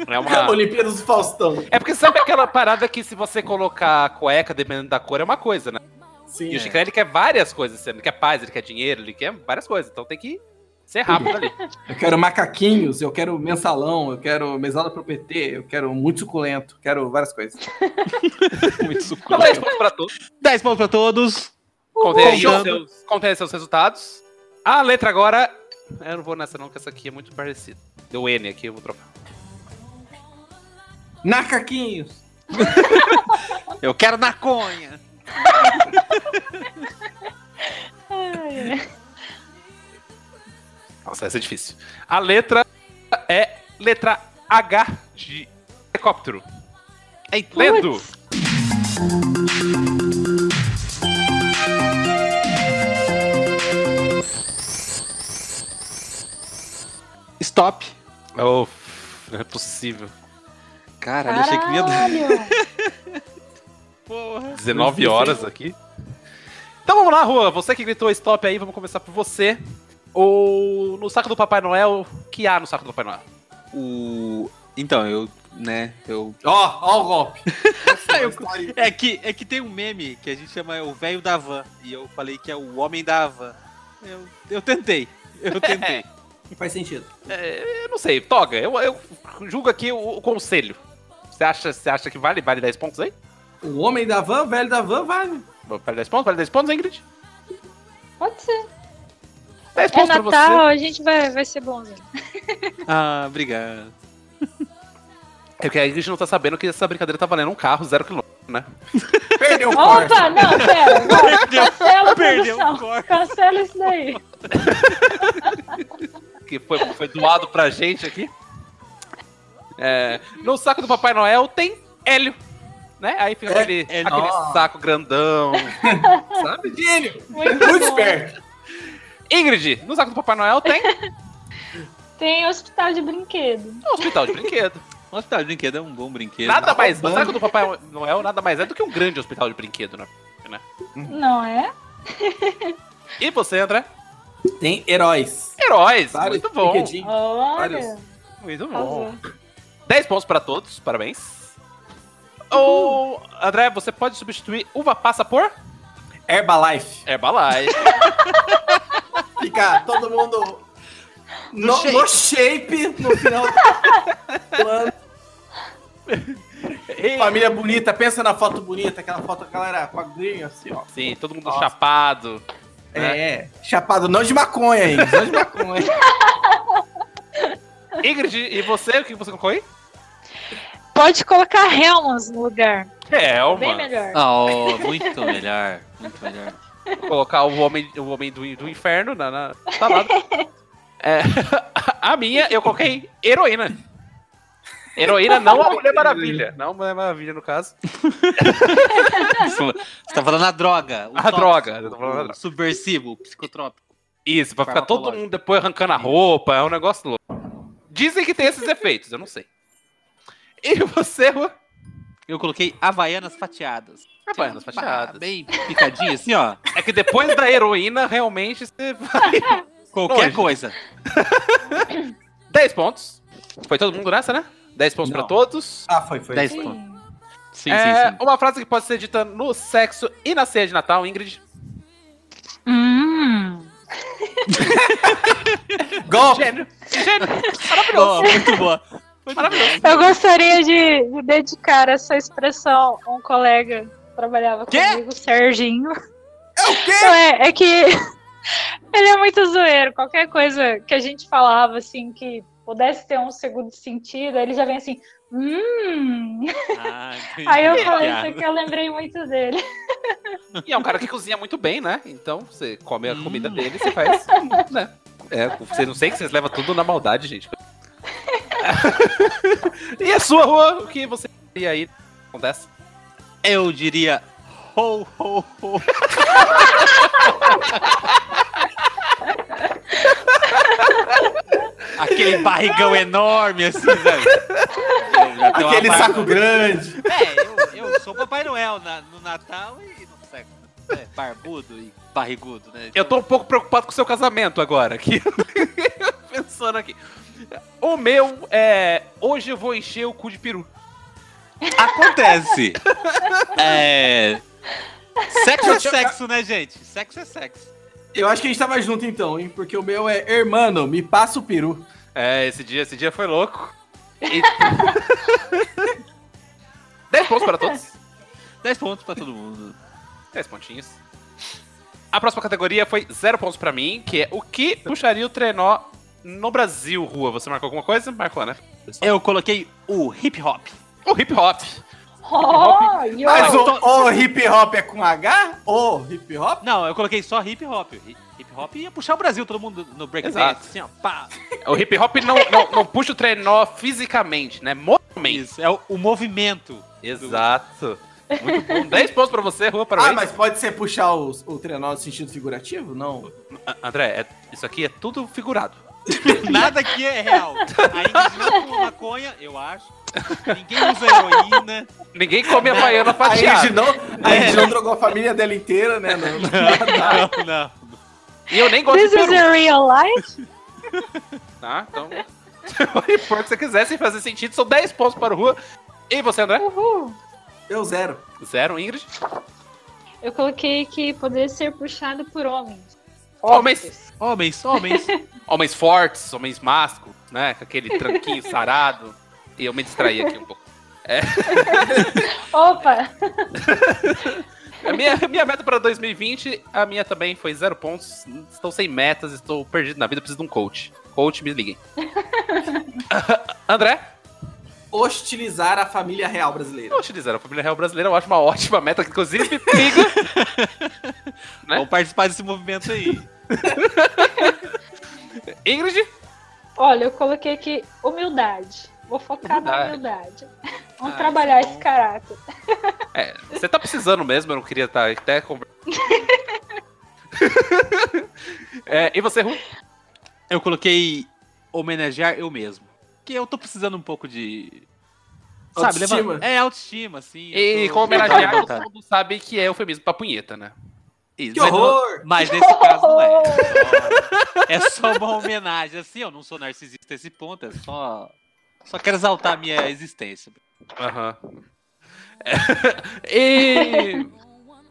[SPEAKER 3] É,
[SPEAKER 4] <laughs>
[SPEAKER 3] uma...
[SPEAKER 4] Olimpíadas do Faustão.
[SPEAKER 3] é porque sabe aquela parada que se você colocar a cueca, dependendo da cor, é uma coisa, né?
[SPEAKER 4] Sim. é.
[SPEAKER 3] E o Chiclé, ele quer várias coisas. assim, Ele quer paz, ele quer dinheiro, ele quer várias coisas. Então tem que ser rápido ali.
[SPEAKER 4] Eu quero macaquinhos, eu quero mensalão, eu quero mesada pro PT, eu quero muito suculento, quero várias coisas.
[SPEAKER 6] Muito
[SPEAKER 3] Então,
[SPEAKER 6] suculento.
[SPEAKER 3] 10 pontos pra todos.
[SPEAKER 6] 10 pontos pra todos.
[SPEAKER 3] Contei aí os
[SPEAKER 6] Contando.
[SPEAKER 3] seus, contei aí seus resultados. A letra agora... Eu não vou nessa não, porque essa aqui é muito parecida. Deu N aqui, eu vou trocar.
[SPEAKER 4] Nacaquinhos!
[SPEAKER 6] Eu quero maconha.
[SPEAKER 5] Ai,
[SPEAKER 3] <laughs> Nossa, essa é difícil. A letra é letra H de helicóptero. Entendo.
[SPEAKER 5] putz.
[SPEAKER 6] Stop.
[SPEAKER 3] Oh, não é possível.
[SPEAKER 6] Caralho, achei que ia dar.
[SPEAKER 5] Caralho.
[SPEAKER 3] 19 horas aqui. Então vamos lá, Rua. Você que gritou stop aí, vamos começar por você. Ou no saco do Papai Noel, o que há no saco do Papai Noel?
[SPEAKER 6] O. Então, eu. Né, eu.
[SPEAKER 4] Ó, ó o golpe.
[SPEAKER 6] É que, é que tem um meme que a gente chama o velho da van. E eu falei que é o homem da van. Eu, eu tentei. Eu tentei.
[SPEAKER 4] Faz sentido.
[SPEAKER 3] É, eu não sei, Toga, eu, eu julgo aqui o, o conselho. Você acha, você acha que vale? Vale 10 pontos aí?
[SPEAKER 4] O homem da van, o velho da van, vale.
[SPEAKER 3] Vale 10 pontos? Vale 10 pontos, Ingrid?
[SPEAKER 5] Pode ser.
[SPEAKER 3] 10
[SPEAKER 5] É
[SPEAKER 3] pontos pra você.
[SPEAKER 5] Natal, a gente vai, vai ser bonzinho.
[SPEAKER 6] <laughs> Ah, obrigado.
[SPEAKER 3] É porque a Ingrid não tá sabendo que essa brincadeira tá valendo um carro, zero quilômetro, né?
[SPEAKER 4] Perdeu o corte.
[SPEAKER 5] Opa, não, pera. agora
[SPEAKER 6] Perdeu.
[SPEAKER 5] Cancela a
[SPEAKER 6] Perdeu o
[SPEAKER 5] produção.
[SPEAKER 6] corte.
[SPEAKER 5] Cancela isso daí.
[SPEAKER 3] Que foi, foi doado pra gente aqui. É, no saco do Papai Noel tem hélio, né? Aí fica aquele,
[SPEAKER 6] hélio.
[SPEAKER 3] aquele
[SPEAKER 4] Ó.
[SPEAKER 3] saco
[SPEAKER 6] Então,
[SPEAKER 3] grandão.
[SPEAKER 4] Gênio.
[SPEAKER 5] Muito,
[SPEAKER 4] Muito
[SPEAKER 5] bom.
[SPEAKER 4] esperto.
[SPEAKER 3] Ingrid, no saco do Papai Noel
[SPEAKER 5] <laughs>
[SPEAKER 3] tem
[SPEAKER 5] Tem hospital de brinquedo.
[SPEAKER 3] um hospital de brinquedo.
[SPEAKER 6] Nossa, tá, o brinquedo é um bom brinquedo.
[SPEAKER 3] Nada mais, o
[SPEAKER 4] roubando.
[SPEAKER 3] saco do Papai Noel nada mais é do que um grande hospital de brinquedo, né?
[SPEAKER 5] Não é?
[SPEAKER 3] E você, André?
[SPEAKER 4] Tem heróis.
[SPEAKER 3] Heróis,
[SPEAKER 4] Vários
[SPEAKER 3] muito bom.
[SPEAKER 4] brinquedinhos.
[SPEAKER 5] Olha.
[SPEAKER 4] Vários.
[SPEAKER 3] Muito bom.
[SPEAKER 5] Arrasou.
[SPEAKER 3] 10 pontos pra todos, parabéns. Ou, André, você pode substituir uva passa por
[SPEAKER 4] Herbalife.
[SPEAKER 3] <laughs> Herbalife.
[SPEAKER 4] Fica todo mundo no, no shape.
[SPEAKER 6] shape.
[SPEAKER 4] no final do ano.
[SPEAKER 3] E-
[SPEAKER 4] Família bonita, pensa na foto bonita, aquela foto, galera, com a grinha, assim, ó.
[SPEAKER 3] Sim, todo mundo
[SPEAKER 4] Nossa.
[SPEAKER 3] chapado.
[SPEAKER 4] É, chapado, não de maconha ainda, não de maconha.
[SPEAKER 3] Ingrid, e você, o que você colocou aí?
[SPEAKER 5] Pode colocar Helmas no lugar.
[SPEAKER 3] É,
[SPEAKER 5] Bem
[SPEAKER 3] uma.
[SPEAKER 5] melhor.
[SPEAKER 6] Ah, ó, muito melhor. Muito melhor.
[SPEAKER 3] Colocar o homem, o homem do, do inferno na, na salada. É, <laughs> a minha, eu coloquei heroína. Heroína, não a Mulher Maravilha. Não a Mulher Maravilha, no caso.
[SPEAKER 6] Você tá falando a droga. o
[SPEAKER 3] A
[SPEAKER 6] tóxico,
[SPEAKER 3] droga, eu tô falando a
[SPEAKER 6] o
[SPEAKER 3] droga.
[SPEAKER 6] Subversivo, o psicotrópico.
[SPEAKER 3] Isso, pra ficar todo mundo depois arrancando a roupa, é um negócio louco. Dizem que tem esses efeitos, eu não sei. E você, Juan?
[SPEAKER 6] Eu coloquei havaianas fatiadas.
[SPEAKER 3] Havaianas fatiadas.
[SPEAKER 6] Bem picadinha, assim, ó.
[SPEAKER 3] É que depois da heroína, realmente você vai.
[SPEAKER 6] Qualquer
[SPEAKER 3] Longe.
[SPEAKER 6] coisa.
[SPEAKER 3] 10 pontos. Foi todo mundo nessa, né? 10 pontos pra
[SPEAKER 6] Não.
[SPEAKER 3] todos.
[SPEAKER 4] Ah, foi, foi.
[SPEAKER 6] 10
[SPEAKER 5] Sim.
[SPEAKER 6] pontos. Sim,
[SPEAKER 3] é,
[SPEAKER 6] sim, sim.
[SPEAKER 3] Uma frase que pode ser dita no sexo e na ceia de Natal, Ingrid.
[SPEAKER 5] Hum.
[SPEAKER 4] Golpe!
[SPEAKER 3] Gênio. Gênio.
[SPEAKER 6] Ó, Oh, muito boa.
[SPEAKER 3] Maravilhoso.
[SPEAKER 5] Eu gostaria de, de dedicar essa expressão a um colega que trabalhava
[SPEAKER 6] Quê?
[SPEAKER 5] comigo, o Serginho. Não, é, é que <laughs> ele é muito zoeiro. Qualquer coisa que a gente falava, assim, que pudesse ter um segundo sentido, ele já vem assim, hum.
[SPEAKER 6] Ah, entendi.
[SPEAKER 5] Aí eu falei isso
[SPEAKER 6] Piada.
[SPEAKER 5] aqui, eu lembrei muito dele.
[SPEAKER 3] E é um cara que cozinha muito bem, né? Então, você come a
[SPEAKER 6] Hum.
[SPEAKER 3] comida dele, você faz, né? É, você não sei que vocês levam tudo na maldade, gente. <laughs> e a sua, Juan? O que você faria aí? Acontece?
[SPEAKER 6] Eu diria. Ho, ho, ho. Aquele barrigão enorme, assim, sabe? Eu já tenho uma
[SPEAKER 4] Aquele
[SPEAKER 6] barba-
[SPEAKER 4] saco grande.
[SPEAKER 6] É, eu, eu sou Papai Noel na- no Natal e no sexo. É, barbudo e barrigudo, né?
[SPEAKER 3] Eu tô um pouco preocupado com o seu casamento agora, aqui. Pensando aqui. O meu é. Hoje eu vou encher o cu de peru.
[SPEAKER 6] Acontece. É. Sexo é sexo, né, gente? Sexo é sexo.
[SPEAKER 4] Eu acho que a gente tava junto então, hein? Porque o meu é Hermano, me passa o peru.
[SPEAKER 3] É, esse dia, esse dia foi louco. E... <laughs> 10 pontos para todos.
[SPEAKER 6] 10 pontos pra todo mundo.
[SPEAKER 3] 10 pontinhos. A próxima categoria foi 0 pontos para mim, que é o que puxaria o trenó no Brasil, Rua. Você marcou alguma coisa? Marcou, né?
[SPEAKER 6] Eu coloquei o hip hop.
[SPEAKER 3] O hip hop.
[SPEAKER 5] Oh, yo.
[SPEAKER 4] Mas o, o hip hop é com H? O hip hop?
[SPEAKER 1] Não, eu coloquei só hip hop. Hi- Hip hop ia puxar o Brasil, todo mundo no breakdance,
[SPEAKER 3] Exato.
[SPEAKER 1] assim, ó, pá.
[SPEAKER 3] O hip hop não, não, não puxa o trenó fisicamente, né? Movimento.
[SPEAKER 1] Isso, é o, o movimento.
[SPEAKER 3] Exato. Muito bom. 10 pontos pra você, Rua, para
[SPEAKER 4] Ah, mas pode ser puxar o, o trenó no sentido figurativo? Não.
[SPEAKER 3] André, é- isso aqui é tudo figurado.
[SPEAKER 1] <laughs> Nada aqui é real. Ainda não com maconha, eu acho. Ninguém usa heroína.
[SPEAKER 3] Ninguém come a baiana
[SPEAKER 4] <laughs> Aí a gente
[SPEAKER 3] fatiada.
[SPEAKER 4] não, aí a gente não drogou a família dela inteira, né? Não.
[SPEAKER 1] Não, não.
[SPEAKER 3] E eu nem gosto
[SPEAKER 5] This
[SPEAKER 3] de
[SPEAKER 5] is
[SPEAKER 3] peru,
[SPEAKER 5] a real life?
[SPEAKER 3] tá? Então, <laughs> pode pôr o que você quiser, sem fazer sentido. São 10 pontos para o Rua. E você, André?
[SPEAKER 5] Uhul.
[SPEAKER 4] Deu zero.
[SPEAKER 3] Zero, Ingrid.
[SPEAKER 5] Eu coloquei que poderia ser puxado por homens.
[SPEAKER 3] Homens.
[SPEAKER 1] Homens, homens.
[SPEAKER 3] Homens fortes, homens másculos, né? Com aquele tranquinho sarado. E eu me distraí aqui um pouco.
[SPEAKER 5] Opa!
[SPEAKER 3] A minha, a minha meta para 2020, a minha também foi zero pontos. Estou sem metas, estou perdido na vida, preciso de um coach. Coach, me liguem. André,
[SPEAKER 4] Hostilizar a família real brasileira.
[SPEAKER 3] não utilizaram a família real brasileira, eu acho uma ótima meta, que inclusive me liga. Né?
[SPEAKER 1] Vamos participar desse movimento aí.
[SPEAKER 3] Ingrid,
[SPEAKER 5] Olha, eu coloquei aqui humildade. Vou focar na humildade.
[SPEAKER 4] <laughs> Ah,
[SPEAKER 5] Vamos trabalhar esse caráter.
[SPEAKER 3] é, você tá precisando mesmo, eu não queria estar até conversando. É, e você, Ru?
[SPEAKER 1] Eu coloquei homenagear eu mesmo. Que eu tô precisando um pouco de. Sabe,
[SPEAKER 4] Autoestima.
[SPEAKER 1] levanta- É autoestima, assim. eu
[SPEAKER 3] E
[SPEAKER 1] tô-
[SPEAKER 3] com homenagear,
[SPEAKER 1] Tá.
[SPEAKER 3] todo mundo sabe que é eufemismo pra punheta, né?
[SPEAKER 1] Isso,
[SPEAKER 4] Que
[SPEAKER 1] mas não-
[SPEAKER 4] horror!
[SPEAKER 1] Mas nesse caso não é. É só uma homenagem, assim, eu não sou narcisista a esse ponto, é só. Só quero exaltar a minha existência.
[SPEAKER 3] Aham. É. <laughs> e.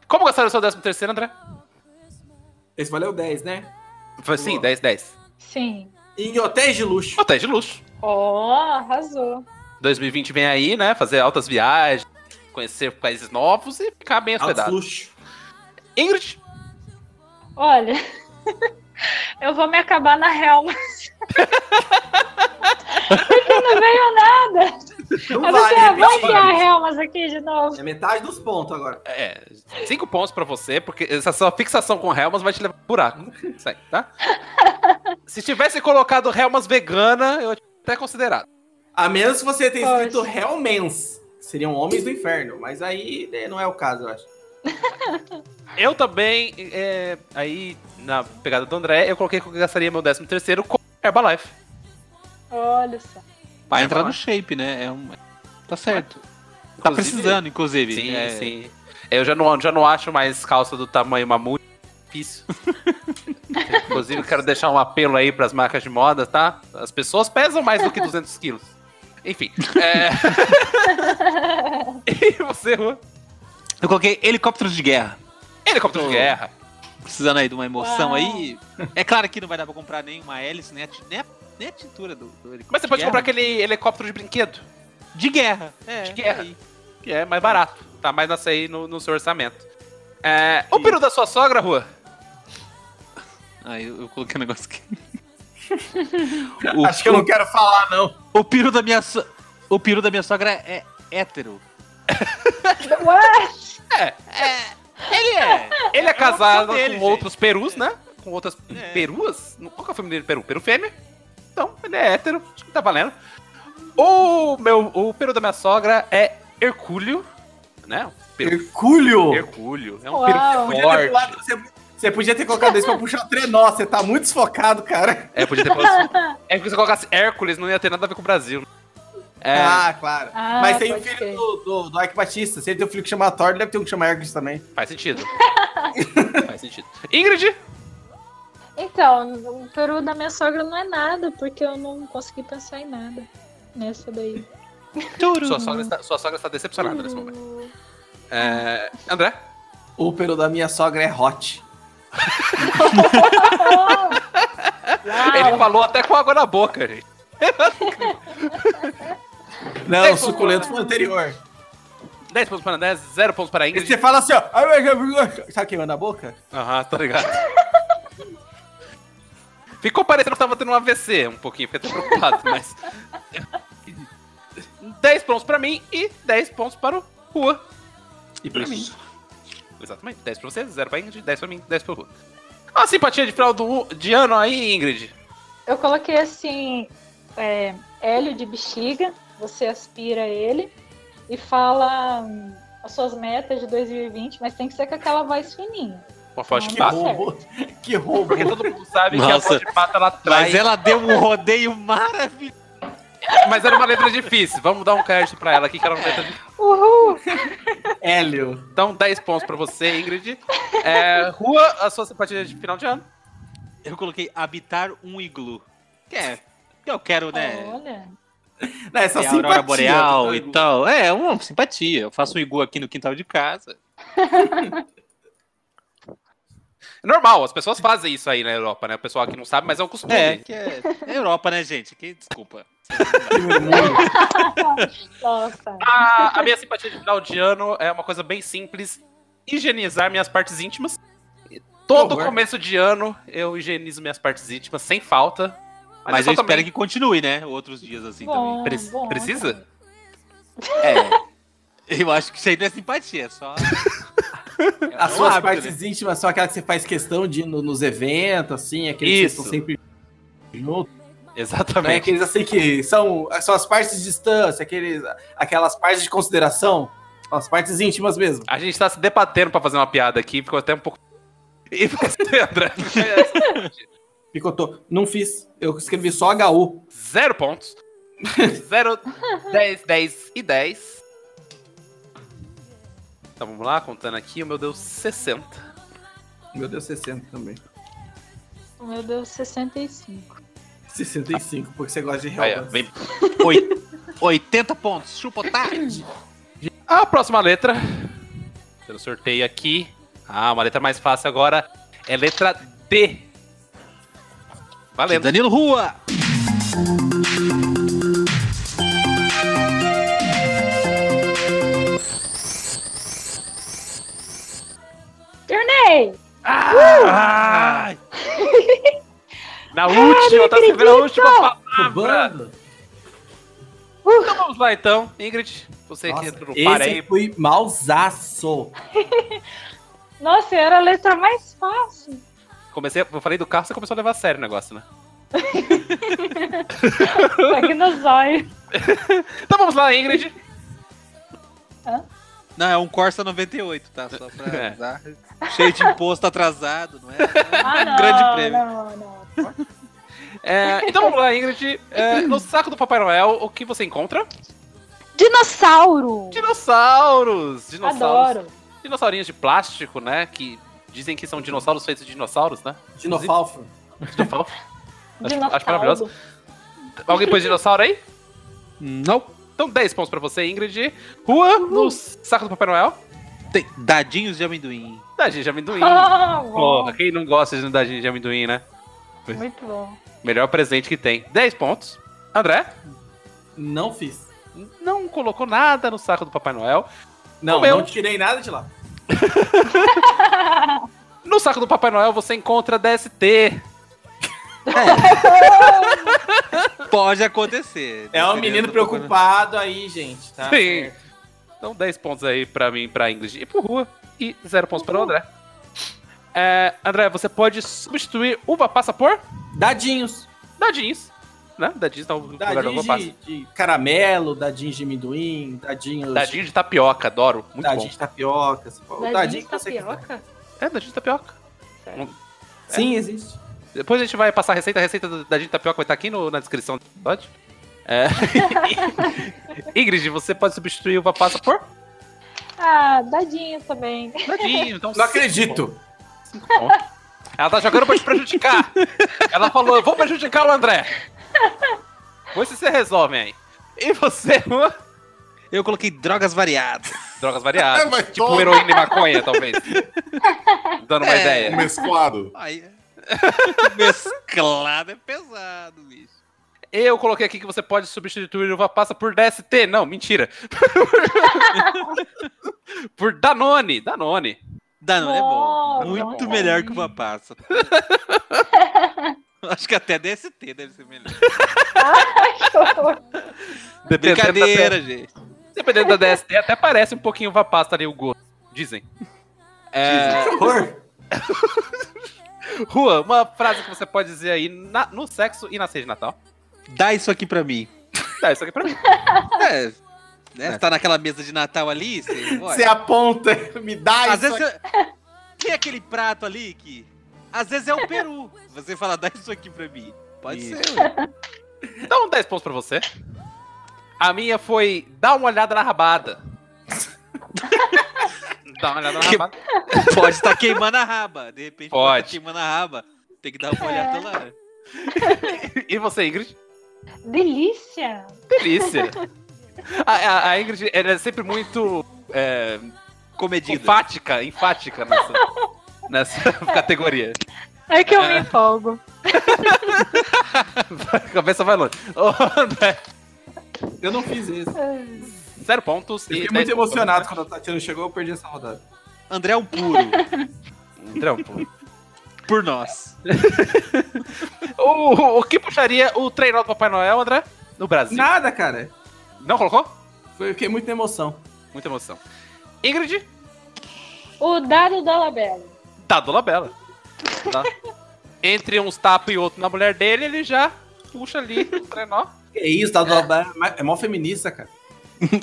[SPEAKER 3] Como gostaram do seu 13 terceiro, André?
[SPEAKER 4] Esse valeu 10, né?
[SPEAKER 3] Foi sim,
[SPEAKER 4] Boa.
[SPEAKER 3] 10, 10.
[SPEAKER 5] Sim.
[SPEAKER 4] Em hotéis de luxo.
[SPEAKER 3] Hotéis de luxo.
[SPEAKER 5] Oh, arrasou.
[SPEAKER 3] 2020 vem aí, né? Fazer altas viagens, conhecer países novos e ficar bem
[SPEAKER 4] Altos
[SPEAKER 3] hospedado.
[SPEAKER 4] luxo.
[SPEAKER 3] Ingrid,
[SPEAKER 5] Olha, <laughs> eu vou me acabar na real, mas. Porque não veio nada.
[SPEAKER 4] Não
[SPEAKER 5] Eu não
[SPEAKER 4] vale,
[SPEAKER 5] sei, ah, vai
[SPEAKER 4] repetir.
[SPEAKER 5] criar a real, mas aqui de novo.
[SPEAKER 4] É metade dos pontos agora.
[SPEAKER 3] é, 5 pontos pra você, porque essa sua fixação com Helmas vai te levar pro buraco. Isso aí, tá? Se tivesse colocado Helmas vegana, eu tinha até considerado.
[SPEAKER 4] A menos que você tenha
[SPEAKER 5] Poxa.
[SPEAKER 4] escrito Hellmans. que Seriam homens do inferno. Mas aí né, não é o caso, eu acho.
[SPEAKER 3] Eu também, é, aí, na pegada do André, eu coloquei que eu gastaria meu 13 terceiro com Herbalife.
[SPEAKER 5] Olha só.
[SPEAKER 6] Vai
[SPEAKER 3] É,
[SPEAKER 6] entrar
[SPEAKER 3] vai
[SPEAKER 6] no
[SPEAKER 3] lá.
[SPEAKER 6] shape, né? É um... Tá certo.
[SPEAKER 1] Tá
[SPEAKER 3] Inclusive-
[SPEAKER 1] precisando, inclusive.
[SPEAKER 3] Sim,
[SPEAKER 1] é,
[SPEAKER 3] sim. Eu já não, já não acho mais calça do tamanho mamute. Difícil. Inclusive, quero deixar um apelo aí pras marcas de moda, tá? As pessoas pesam mais do que 200 quilos. Enfim. é. e você, Juan?
[SPEAKER 6] Eu coloquei helicópteros de guerra.
[SPEAKER 3] Helicóptero de guerra.
[SPEAKER 6] Precisando aí de uma emoção
[SPEAKER 1] Ah.
[SPEAKER 5] Uau.
[SPEAKER 6] aí. É claro que não vai dar pra comprar nenhuma hélice, nem a, ti- nem a- nem a tintura do, do helicóptero.
[SPEAKER 3] Mas você pode
[SPEAKER 6] de
[SPEAKER 3] comprar
[SPEAKER 6] guerra.
[SPEAKER 3] aquele helicóptero de brinquedo,
[SPEAKER 6] De guerra. É,
[SPEAKER 3] De guerra.
[SPEAKER 6] aí.
[SPEAKER 3] que é mais barato. Tá mais nasce aí no, no seu orçamento. É, o peru da sua sogra, Rua?
[SPEAKER 6] Aí eu, eu coloquei um negócio aqui. o,
[SPEAKER 4] Acho que eu não quero falar, não.
[SPEAKER 6] o peru da minha so- O peru da minha sogra é hétero.
[SPEAKER 4] É um
[SPEAKER 5] Ué,
[SPEAKER 6] Ele é.
[SPEAKER 3] Ele é casado
[SPEAKER 1] dele,
[SPEAKER 3] com
[SPEAKER 1] gente.
[SPEAKER 3] outros perus, né? Com outras
[SPEAKER 1] É.
[SPEAKER 3] peruas? Qual que é o feminino de peru? Peru fêmea. Então, ele é hétero, acho que tá valendo. O meu, o peru da minha sogra é Hercúleo, né? Um Peru.
[SPEAKER 4] Hercúleo.
[SPEAKER 3] Hercúleo. É um
[SPEAKER 5] Uau.
[SPEAKER 3] peru
[SPEAKER 4] Podia ter
[SPEAKER 3] forte.
[SPEAKER 4] pulado- você, você podia ter colocado isso pra puxar o trenó. Você tá muito desfocado, cara.
[SPEAKER 3] É, podia ter falado assim. É porque se eu colocasse Hércules, não ia ter nada a ver com o Brasil. É,
[SPEAKER 4] Ah, claro.
[SPEAKER 5] Ah,
[SPEAKER 4] Mas tem um
[SPEAKER 5] pode
[SPEAKER 4] filho
[SPEAKER 5] ser.
[SPEAKER 4] do, do, do Ike Batista. Se ele tem um filho que chama Thor, ele deve ter um que chama Hércules também.
[SPEAKER 3] faz sentido. faz sentido. Ingrid,
[SPEAKER 5] Então, o peru da minha sogra não é nada, porque eu não consegui pensar em nada nessa daí.
[SPEAKER 3] sua sogra, está, sua sogra está decepcionada nesse momento. É, André,
[SPEAKER 4] O peru da minha sogra é hot.
[SPEAKER 3] ele falou até com água na boca, gente.
[SPEAKER 4] Não,
[SPEAKER 3] Tem
[SPEAKER 4] o suculento foi o anterior.
[SPEAKER 3] 10 pontos para André, 0 pontos para
[SPEAKER 4] E
[SPEAKER 3] Ingrid.
[SPEAKER 4] você fala assim, ó. "Ai, ai, ai, ai". Sabe queimando a boca?
[SPEAKER 3] Aham, tô ligado. <laughs> Ficou parecendo que tava tendo um AVC um pouquinho, fiquei até preocupado, mas. 10 pontos pra mim e 10 pontos para o Rua. E pra mim. Exatamente. 10 pra você, 0 pra Ingrid, 10 pra mim, 10 pro Rua. Uma simpatia de final do, de ano aí, Ingrid.
[SPEAKER 5] Eu coloquei assim: é, hélio de bexiga, você aspira ele e fala hum, as suas metas de 2020, mas tem que ser com aquela voz fininha.
[SPEAKER 3] Uma foto de
[SPEAKER 5] Que
[SPEAKER 4] Que
[SPEAKER 3] pata.
[SPEAKER 5] bom.
[SPEAKER 4] roubo. <laughs> Que roubo.
[SPEAKER 3] Porque todo mundo sabe que a
[SPEAKER 6] Nossa.
[SPEAKER 3] voz de pata ela traz.
[SPEAKER 6] Mas ela deu um rodeio maravilhoso. é-
[SPEAKER 3] Mas era uma letra difícil. Vamos dar um crédito pra ela aqui, que ela não letra difícil.
[SPEAKER 5] Uhul!
[SPEAKER 4] Hélio.
[SPEAKER 3] Então, 10 pontos pra você, Ingrid. É, rua, a sua simpatia de final de ano.
[SPEAKER 6] Eu coloquei habitar um iglu. Que é. que Eu quero, né?
[SPEAKER 5] Olha.
[SPEAKER 4] Não, essa
[SPEAKER 6] ter a aurora
[SPEAKER 4] simpatia. tá
[SPEAKER 6] boreal e tal. É, uma simpatia. Eu faço um iglu aqui no quintal de casa.
[SPEAKER 3] É normal, as pessoas fazem isso aí na Europa, né? O pessoal aqui não sabe, mas é um costume.
[SPEAKER 6] É, que é, é Europa, né, gente? Que desculpa.
[SPEAKER 5] Nossa.
[SPEAKER 3] A, a minha simpatia de final de ano é uma coisa bem simples: higienizar minhas partes íntimas. E Todo
[SPEAKER 4] horror.
[SPEAKER 3] começo de ano eu higienizo minhas partes íntimas sem falta.
[SPEAKER 6] Mas, eu,
[SPEAKER 3] só
[SPEAKER 6] espero
[SPEAKER 3] também-
[SPEAKER 6] que continue, né? Outros dias assim
[SPEAKER 5] Bom,
[SPEAKER 6] também.
[SPEAKER 5] Ah, bom.
[SPEAKER 3] Precisa?
[SPEAKER 6] Eu acho que isso aí não é simpatia, é só. é
[SPEAKER 4] As
[SPEAKER 6] um
[SPEAKER 4] suas
[SPEAKER 6] hábito, né?
[SPEAKER 4] partes íntimas são aquelas que você faz questão de ir no- nos eventos, assim, aqueles que
[SPEAKER 3] Isso.
[SPEAKER 4] estão sempre juntos. Não é
[SPEAKER 3] Exatamente.
[SPEAKER 4] aqueles assim que são, são as partes de distância, aqueles, aquelas partes de consideração, são as partes íntimas mesmo.
[SPEAKER 3] A gente tá se debatendo pra fazer uma piada aqui, ficou até um pouco. <laughs> E você, André? <laughs> É,
[SPEAKER 4] Picotou. Não fiz. Eu escrevi só HU.
[SPEAKER 3] Zero pontos. <laughs> Zero, dez, dez e dez. Então vamos lá, contando aqui, o meu deu 60.
[SPEAKER 4] Meu Deus, 60 também.
[SPEAKER 5] O meu deu 65.
[SPEAKER 4] 65, porque você gosta de
[SPEAKER 3] Aí, ó,
[SPEAKER 4] Hellboy.
[SPEAKER 3] vem.
[SPEAKER 6] Oi- 80 pontos, chupa tarde.
[SPEAKER 3] A próxima letra. Pelo sorteio aqui. Ah, uma letra mais fácil agora. É letra D. Valendo.
[SPEAKER 6] Danilo Rua.
[SPEAKER 5] Turnei!
[SPEAKER 3] Ai! Na última, tá escrevendo a última palavra.
[SPEAKER 4] Roubando.
[SPEAKER 3] Então vamos lá então, Ingrid. Você que
[SPEAKER 4] Nossa,
[SPEAKER 3] entrou no par
[SPEAKER 4] esse
[SPEAKER 3] aí.
[SPEAKER 4] foi mausaço.
[SPEAKER 5] Nossa, era a letra mais fácil.
[SPEAKER 3] Comecei, eu falei do carro, você começou a levar a sério o negócio, né?
[SPEAKER 5] Tá aqui nos olhos.
[SPEAKER 3] Então vamos lá, Ingrid.
[SPEAKER 6] Não, é um Corsa 98, tá? Só pra
[SPEAKER 3] É.
[SPEAKER 6] avisar. Cheio de imposto atrasado, não é?
[SPEAKER 5] Ah, não,
[SPEAKER 6] Grande prêmio.
[SPEAKER 5] não, não.
[SPEAKER 3] É, então vamos lá, Ingrid. É, no saco do Papai Noel, o que você encontra?
[SPEAKER 5] Dinossauro!
[SPEAKER 3] Dinossauros! Dinossauros.
[SPEAKER 5] Adoro.
[SPEAKER 3] dinossaurinhos de plástico, né? Que dizem que são dinossauros feitos de dinossauros, né? <laughs>
[SPEAKER 4] Dinofalfo.
[SPEAKER 3] Dinossauro.
[SPEAKER 5] Dinossauro.
[SPEAKER 3] acho
[SPEAKER 5] <laughs>
[SPEAKER 3] maravilhoso. Alguém pôs dinossauro aí?
[SPEAKER 6] Não.
[SPEAKER 3] Então 10 pontos pra você, Ingrid. Rua, no saco do Papai Noel.
[SPEAKER 6] Tem dadinhos de amendoim.
[SPEAKER 3] Dadinho de
[SPEAKER 5] <laughs>
[SPEAKER 3] amendoim.
[SPEAKER 5] Ah, bom.
[SPEAKER 3] Porra, quem não gosta de dadinho de amendoim, né?
[SPEAKER 5] Muito bom.
[SPEAKER 3] Melhor presente que tem. 10 pontos. André
[SPEAKER 4] Não fiz.
[SPEAKER 3] não colocou nada no saco do Papai Noel.
[SPEAKER 4] Não,
[SPEAKER 3] O meu.
[SPEAKER 4] não tirei nada de lá.
[SPEAKER 3] No saco do Papai Noel você encontra DST.
[SPEAKER 6] Pode acontecer.
[SPEAKER 4] É um
[SPEAKER 6] Dependendo
[SPEAKER 4] menino
[SPEAKER 6] do-
[SPEAKER 4] preocupado aí, gente, tá?
[SPEAKER 3] Sim. Então, 10 pontos aí pra mim, pra Ingrid e pro Rua. E 0 pontos para o André. É, André, você pode substituir uva passa por
[SPEAKER 4] Dadinhos.
[SPEAKER 3] dadinhos. Né? Dadinhos tá o lugar da uva
[SPEAKER 4] Dadinhos
[SPEAKER 3] passa.
[SPEAKER 4] de, de caramelo, dadinhos de amendoim, dadinhos...
[SPEAKER 3] Dadinho de tapioca, adoro. Muito
[SPEAKER 4] dadinho de tapioca. você fala,
[SPEAKER 5] Dadinho,
[SPEAKER 4] dadinho
[SPEAKER 5] de
[SPEAKER 4] que você quiser.
[SPEAKER 5] tapioca?
[SPEAKER 3] bom. É, dadinho de tapioca.
[SPEAKER 4] Sim, existe.
[SPEAKER 3] Depois a gente vai passar a receita. A receita do dadinho de tapioca vai estar aqui no- na descrição do episódio. É. <laughs> Ingrid, você pode substituir uva passa por
[SPEAKER 5] Ah, dadinho também. <laughs>
[SPEAKER 3] dadinho. Então,
[SPEAKER 4] Não
[SPEAKER 3] cinco
[SPEAKER 4] acredito.
[SPEAKER 3] Ela tá jogando pra te prejudicar. Ela falou, eu vou prejudicar o André. Vê se você resolve aí. E você, Juan?
[SPEAKER 6] Eu coloquei drogas variadas.
[SPEAKER 3] Drogas variadas.
[SPEAKER 7] É, mas
[SPEAKER 3] tipo
[SPEAKER 7] toma.
[SPEAKER 3] heroína e maconha,
[SPEAKER 7] <laughs>
[SPEAKER 3] talvez. Dando uma
[SPEAKER 6] É.
[SPEAKER 7] Um
[SPEAKER 3] ideia.
[SPEAKER 7] mesclado.
[SPEAKER 4] <laughs>
[SPEAKER 6] Aí, mesclado é pesado, bicho.
[SPEAKER 3] Eu coloquei aqui que você pode substituir uva passa por DST.
[SPEAKER 7] <laughs>
[SPEAKER 3] Não, mentira. por Danone. Danone.
[SPEAKER 6] Danone é bom.
[SPEAKER 5] Bom,
[SPEAKER 6] Muito
[SPEAKER 5] bom.
[SPEAKER 6] melhor que uma passa. Acho que até
[SPEAKER 4] <laughs>
[SPEAKER 6] DST deve ser melhor.
[SPEAKER 5] Ai, que horror.
[SPEAKER 3] Dependendo da
[SPEAKER 4] é
[SPEAKER 6] Brincadeira, gente.
[SPEAKER 3] pe- Dependendo da DST, até parece um pouquinho uva pasta ali o gosto. Dizem. É,
[SPEAKER 4] Horror.
[SPEAKER 3] Juan, uma frase que você pode dizer aí na- no sexo e na ceia de Natal.
[SPEAKER 6] Dá isso aqui pra mim.
[SPEAKER 3] Tá, isso aqui pra mim.
[SPEAKER 6] É, né? Você tá naquela mesa de Natal ali, você
[SPEAKER 4] <laughs>
[SPEAKER 6] olha.
[SPEAKER 4] Você aponta, me dá
[SPEAKER 6] Às
[SPEAKER 4] isso.
[SPEAKER 6] vezes
[SPEAKER 4] aqui.
[SPEAKER 6] você- tem aquele prato ali que às vezes é o peru. Você fala, dá isso aqui pra mim. Pode ser. ué.
[SPEAKER 3] Dá um 10 pontos pra você. A minha foi dá uma olhada na rabada. dá uma olhada na
[SPEAKER 6] Que-
[SPEAKER 3] rabada.
[SPEAKER 6] Pode estar queimando a raba. De repente
[SPEAKER 3] Pode.
[SPEAKER 6] tá queimando a raba. Tem que dar uma
[SPEAKER 5] É.
[SPEAKER 6] olhada lá.
[SPEAKER 3] E você, Ingrid?
[SPEAKER 5] Delícia!
[SPEAKER 3] Delícia. A, a- a Ingrid ela é sempre muito é,
[SPEAKER 6] Comedido.
[SPEAKER 3] enfática, enfática nessa, nessa categoria.
[SPEAKER 5] É que eu me empolgo.
[SPEAKER 3] A cabeça vai longe. Ô, André,
[SPEAKER 4] Eu não fiz isso. Eu
[SPEAKER 3] zero pontos. e
[SPEAKER 4] fiquei
[SPEAKER 3] 10
[SPEAKER 4] muito emocionado quando a Tatiana chegou, eu perdi essa rodada.
[SPEAKER 6] André é um puro.
[SPEAKER 3] Trampo.
[SPEAKER 6] Por nós.
[SPEAKER 3] O, <laughs> o- o que puxaria o treinador do Papai Noel, André? No Brasil.
[SPEAKER 4] Nada, cara.
[SPEAKER 3] Não colocou?
[SPEAKER 4] Foi, eu fiquei muito na emoção.
[SPEAKER 3] Muita emoção. Ingrid,
[SPEAKER 5] O dado da Labela.
[SPEAKER 3] tá do Labela. Tá? Entre uns tapas e outro na mulher dele, ele já puxa ali o trenó.
[SPEAKER 4] Que isso, tá do é. é mó feminista, cara.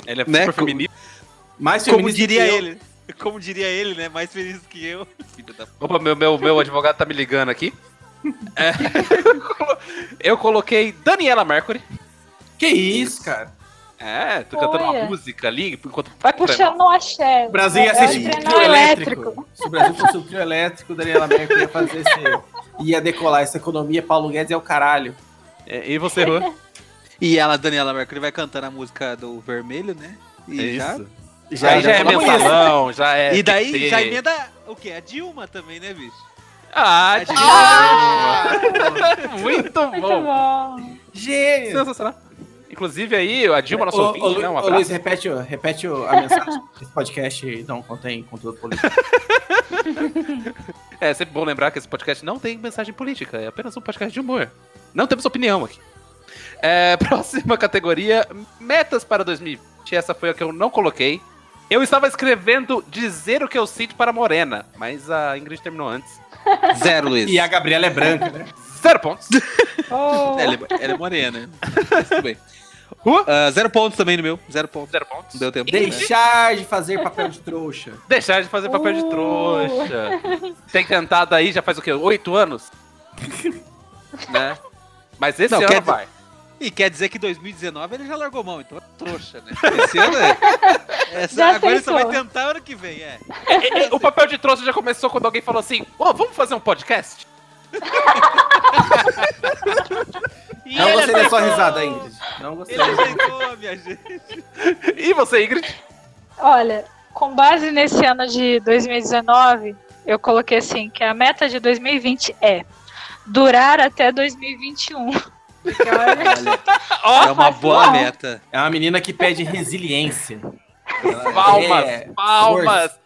[SPEAKER 3] Ele é
[SPEAKER 6] Né?
[SPEAKER 3] super feminista.
[SPEAKER 4] Mais
[SPEAKER 6] <laughs> Como
[SPEAKER 4] feminista.
[SPEAKER 6] diria
[SPEAKER 4] que eu.
[SPEAKER 6] ele. Como diria ele, né? Mais feliz que eu. Filho da
[SPEAKER 3] Opa, meu, meu, meu advogado tá me ligando aqui. É. <laughs> Eu coloquei Daniela Mercury.
[SPEAKER 4] Que isso, cara.
[SPEAKER 3] É, tô cantando
[SPEAKER 5] Olha.
[SPEAKER 3] uma música ali enquanto.
[SPEAKER 5] Vai puxando o axé.
[SPEAKER 4] O Brasil ia
[SPEAKER 5] É, é o
[SPEAKER 4] assistir o
[SPEAKER 5] trenó
[SPEAKER 4] trio elétrico. Se o Brasil fosse o trio elétrico, Daniela Mercury ia fazer esse... Ia decolar essa economia, Paulo Guedes é o caralho.
[SPEAKER 3] É, E você, Rô?
[SPEAKER 6] E ela, Daniela Mercury, vai cantando a música do Vermelho, né? E já- tá
[SPEAKER 3] Já, É aí já é
[SPEAKER 4] falamos isso.
[SPEAKER 3] mensalão, já é.
[SPEAKER 6] E daí
[SPEAKER 3] PT.
[SPEAKER 6] já emenda o quê? A Dilma também, né, bicho?
[SPEAKER 3] Ah,
[SPEAKER 6] de-
[SPEAKER 3] Dilma! <laughs> Muito
[SPEAKER 5] Ah! Muito
[SPEAKER 3] bom!
[SPEAKER 5] bom.
[SPEAKER 4] Gênio.
[SPEAKER 3] Sensacional. Inclusive aí, a Dilma, nosso
[SPEAKER 4] É, Ô,
[SPEAKER 3] ouvinte,
[SPEAKER 4] ô, Lu-
[SPEAKER 3] né? Um
[SPEAKER 4] ô,
[SPEAKER 3] abraço.
[SPEAKER 4] Luiz, repete, o- repete o- a mensagem. <laughs> Esse podcast não contém conteúdo político.
[SPEAKER 3] É sempre bom lembrar que esse podcast não tem mensagem política, é apenas um podcast de humor. Não temos opinião aqui. É, <laughs> próxima categoria, metas para 2020. Essa foi a que eu não coloquei. Eu estava escrevendo dizer o que eu sinto para a Morena, mas a Ingrid terminou antes.
[SPEAKER 6] Zero, <laughs> Luiz.
[SPEAKER 4] E a Gabriela é branca, né?
[SPEAKER 3] Zero pontos.
[SPEAKER 6] <laughs>
[SPEAKER 5] Oh,
[SPEAKER 6] Ela, é- ela é morena.
[SPEAKER 3] <laughs>
[SPEAKER 6] Mas tudo bem.
[SPEAKER 3] Uh?
[SPEAKER 6] Ah, zero pontos também no meu. Zero pontos.
[SPEAKER 3] Zero pontos.
[SPEAKER 6] Não deu tempo. né?
[SPEAKER 4] Deixar de fazer papel de trouxa.
[SPEAKER 3] Deixar de fazer papel de
[SPEAKER 5] Uh.
[SPEAKER 3] trouxa. Tem cantado aí já faz o quê? Oito anos? né? Mas esse
[SPEAKER 6] Não,
[SPEAKER 3] ano
[SPEAKER 6] quer
[SPEAKER 3] vai.
[SPEAKER 6] E quer dizer que 2019 ele já largou mão, então é
[SPEAKER 3] <laughs>
[SPEAKER 6] trouxa, né? Esse ano é. Essa-
[SPEAKER 5] Já
[SPEAKER 6] agora ele só vai
[SPEAKER 5] aceitou.
[SPEAKER 6] tentar ano que vem, é.
[SPEAKER 3] É, é, <laughs> o papel de trouxa já começou quando alguém falou assim: Ô, vamos fazer um podcast?
[SPEAKER 6] <laughs> E
[SPEAKER 4] Não
[SPEAKER 3] é
[SPEAKER 6] ele
[SPEAKER 4] gostei da sua
[SPEAKER 6] aceitou.
[SPEAKER 4] risada, Ingrid. Não gostei.
[SPEAKER 6] Ele aceitou, minha gente.
[SPEAKER 3] E você,
[SPEAKER 6] <laughs>
[SPEAKER 3] Ingrid?
[SPEAKER 5] Oh. Olha, com base nesse ano de 2019, eu coloquei assim, que a meta de 2020 é durar até 2021. Porque olha,
[SPEAKER 6] É uma boa meta.
[SPEAKER 4] É uma menina que pede resiliência. Ela
[SPEAKER 3] Palmas,
[SPEAKER 4] é
[SPEAKER 3] palmas.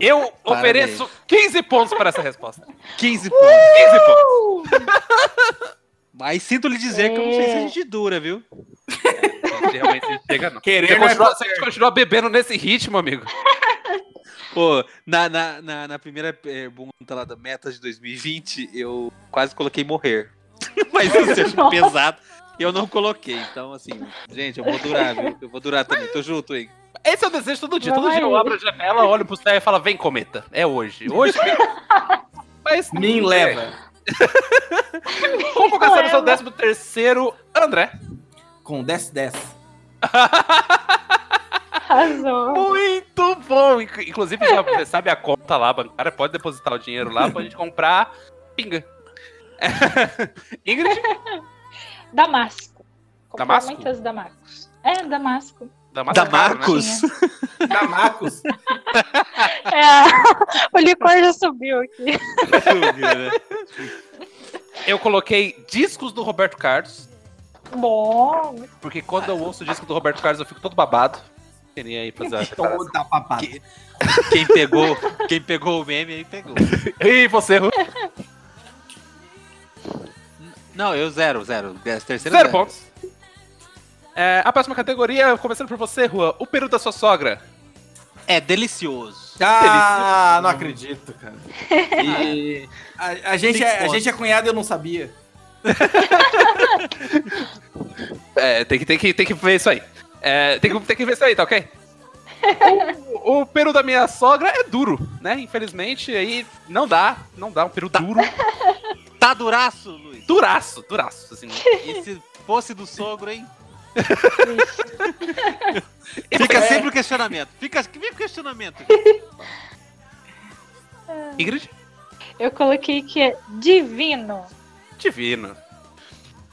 [SPEAKER 3] Eu
[SPEAKER 6] Parabéns.
[SPEAKER 3] ofereço 15 pontos para essa resposta.
[SPEAKER 6] 15 pontos.
[SPEAKER 3] 15 pontos.
[SPEAKER 6] Mas sinto lhe dizer que eu não sei se a gente dura, viu?
[SPEAKER 3] Você realmente chega, não.
[SPEAKER 4] Querer
[SPEAKER 3] Você
[SPEAKER 4] não é
[SPEAKER 3] continua,
[SPEAKER 4] poder.
[SPEAKER 3] você continua bebendo nesse ritmo, amigo.
[SPEAKER 6] Pô, na, na, na, na primeira eh, pergunta lá da meta de 2020, eu quase coloquei morrer. <laughs> Mas isso é pesado. Eu não coloquei. Então, assim, gente, eu vou durar, viu? Eu vou durar também. Tô junto, hein?
[SPEAKER 3] Esse é o desejo todo dia.
[SPEAKER 5] Vai.
[SPEAKER 3] Todo dia
[SPEAKER 6] é
[SPEAKER 3] eu abro a janela, olho pro céu e falo: vem, cometa. É hoje.
[SPEAKER 6] <laughs>
[SPEAKER 3] Hoje. Mas.
[SPEAKER 4] Me leva.
[SPEAKER 3] Como começar no seu
[SPEAKER 5] leva.
[SPEAKER 3] 13 terceiro, André?
[SPEAKER 4] Com 10-10.
[SPEAKER 3] <laughs>
[SPEAKER 5] arrasou.
[SPEAKER 3] Muito bom! Inc- Inclusive, já você sabe a conta lá, bancária, pode depositar o dinheiro lá pra gente comprar pinga. <laughs> Ingrid,
[SPEAKER 5] Damasco. Comprar
[SPEAKER 3] Damasco?
[SPEAKER 5] muitas Damascos. É, Damasco.
[SPEAKER 3] da Mata Caro, né?
[SPEAKER 6] Damarcos?
[SPEAKER 4] Tá, Damacos.
[SPEAKER 5] É, <laughs> o licor já subiu aqui.
[SPEAKER 3] Eu coloquei discos do Roberto Carlos,
[SPEAKER 5] Bom,
[SPEAKER 3] porque quando eu ouço o disco do Roberto Carlos eu fico todo babado. Queria aí fazer uma separação.
[SPEAKER 4] Toda papada.
[SPEAKER 6] Que- quem pegou, quem pegou o meme aí pegou.
[SPEAKER 3] <laughs> E você, Ru?
[SPEAKER 6] Não, eu zero, zero. Essa terceira
[SPEAKER 3] Zero pontos. É, a próxima categoria, começando por você, Juan, o peru da sua sogra.
[SPEAKER 1] É delicioso.
[SPEAKER 4] Ah, não acredito, cara.
[SPEAKER 1] E-
[SPEAKER 4] A, a gente
[SPEAKER 1] Tem
[SPEAKER 4] é, a
[SPEAKER 1] foto.
[SPEAKER 4] gente é cunhado e eu não sabia.
[SPEAKER 3] É, tem que, tem que, tem que ver isso aí. É, tem, que, tem que ver isso aí, tá ok? O, o peru da minha sogra é duro, né? Infelizmente, aí não dá, não dá. Um peru duro,
[SPEAKER 1] tá duraço, Luiz.
[SPEAKER 3] duraço, duraço, assim.
[SPEAKER 1] E se fosse do sogro, hein?
[SPEAKER 5] Triste.
[SPEAKER 1] Fica sempre o questionamento. Fica, fica o questionamento.
[SPEAKER 3] Ingrid,
[SPEAKER 5] Eu coloquei que é divino.
[SPEAKER 3] divino.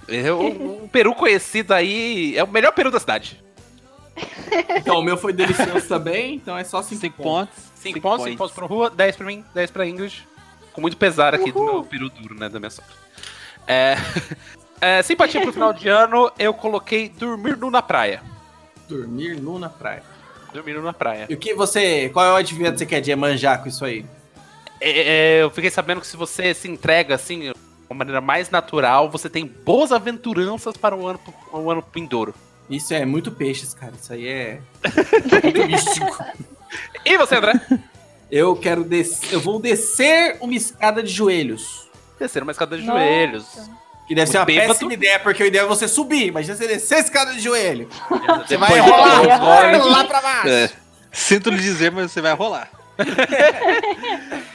[SPEAKER 3] É um, um peru conhecido aí, é o melhor peru da cidade.
[SPEAKER 4] Então, o meu foi delicioso também, então é só 5
[SPEAKER 1] Cinco
[SPEAKER 4] pontos.
[SPEAKER 1] pontos.
[SPEAKER 3] Cinco pontos, cinco pontos pra rua, 10 pra mim, 10 pra Ingrid. Com muito pesar aqui do meu peru duro, né, da minha sogra. É, <laughs> é, simpatia <laughs> pro final de ano, eu coloquei dormir nu na praia.
[SPEAKER 4] Dormir nu na praia.
[SPEAKER 3] Dormir nu na praia.
[SPEAKER 4] E o que você. Qual é o advento que você quer de manjar com isso aí?
[SPEAKER 3] É, é, eu fiquei sabendo que se você se entrega assim, de uma maneira mais natural, você tem boas aventuranças para o ano, o ano vindouro.
[SPEAKER 4] Isso é muito peixes, cara. Isso aí é. muito místico.
[SPEAKER 3] E você, André? <laughs>
[SPEAKER 4] Eu quero descer. Eu vou descer uma escada de joelhos.
[SPEAKER 3] Descer uma escada de
[SPEAKER 5] Nossa.
[SPEAKER 3] joelhos.
[SPEAKER 4] Que deve ser uma
[SPEAKER 3] Bêbado.
[SPEAKER 4] péssima ideia, porque a ideia é você subir. Imagina você descer a escada de joelho. Você vai
[SPEAKER 6] Depois de
[SPEAKER 4] rolar,
[SPEAKER 5] tomar uns
[SPEAKER 4] rolar
[SPEAKER 5] goles.
[SPEAKER 4] lá pra baixo.
[SPEAKER 6] É. Sinto lhe dizer, mas você vai rolar.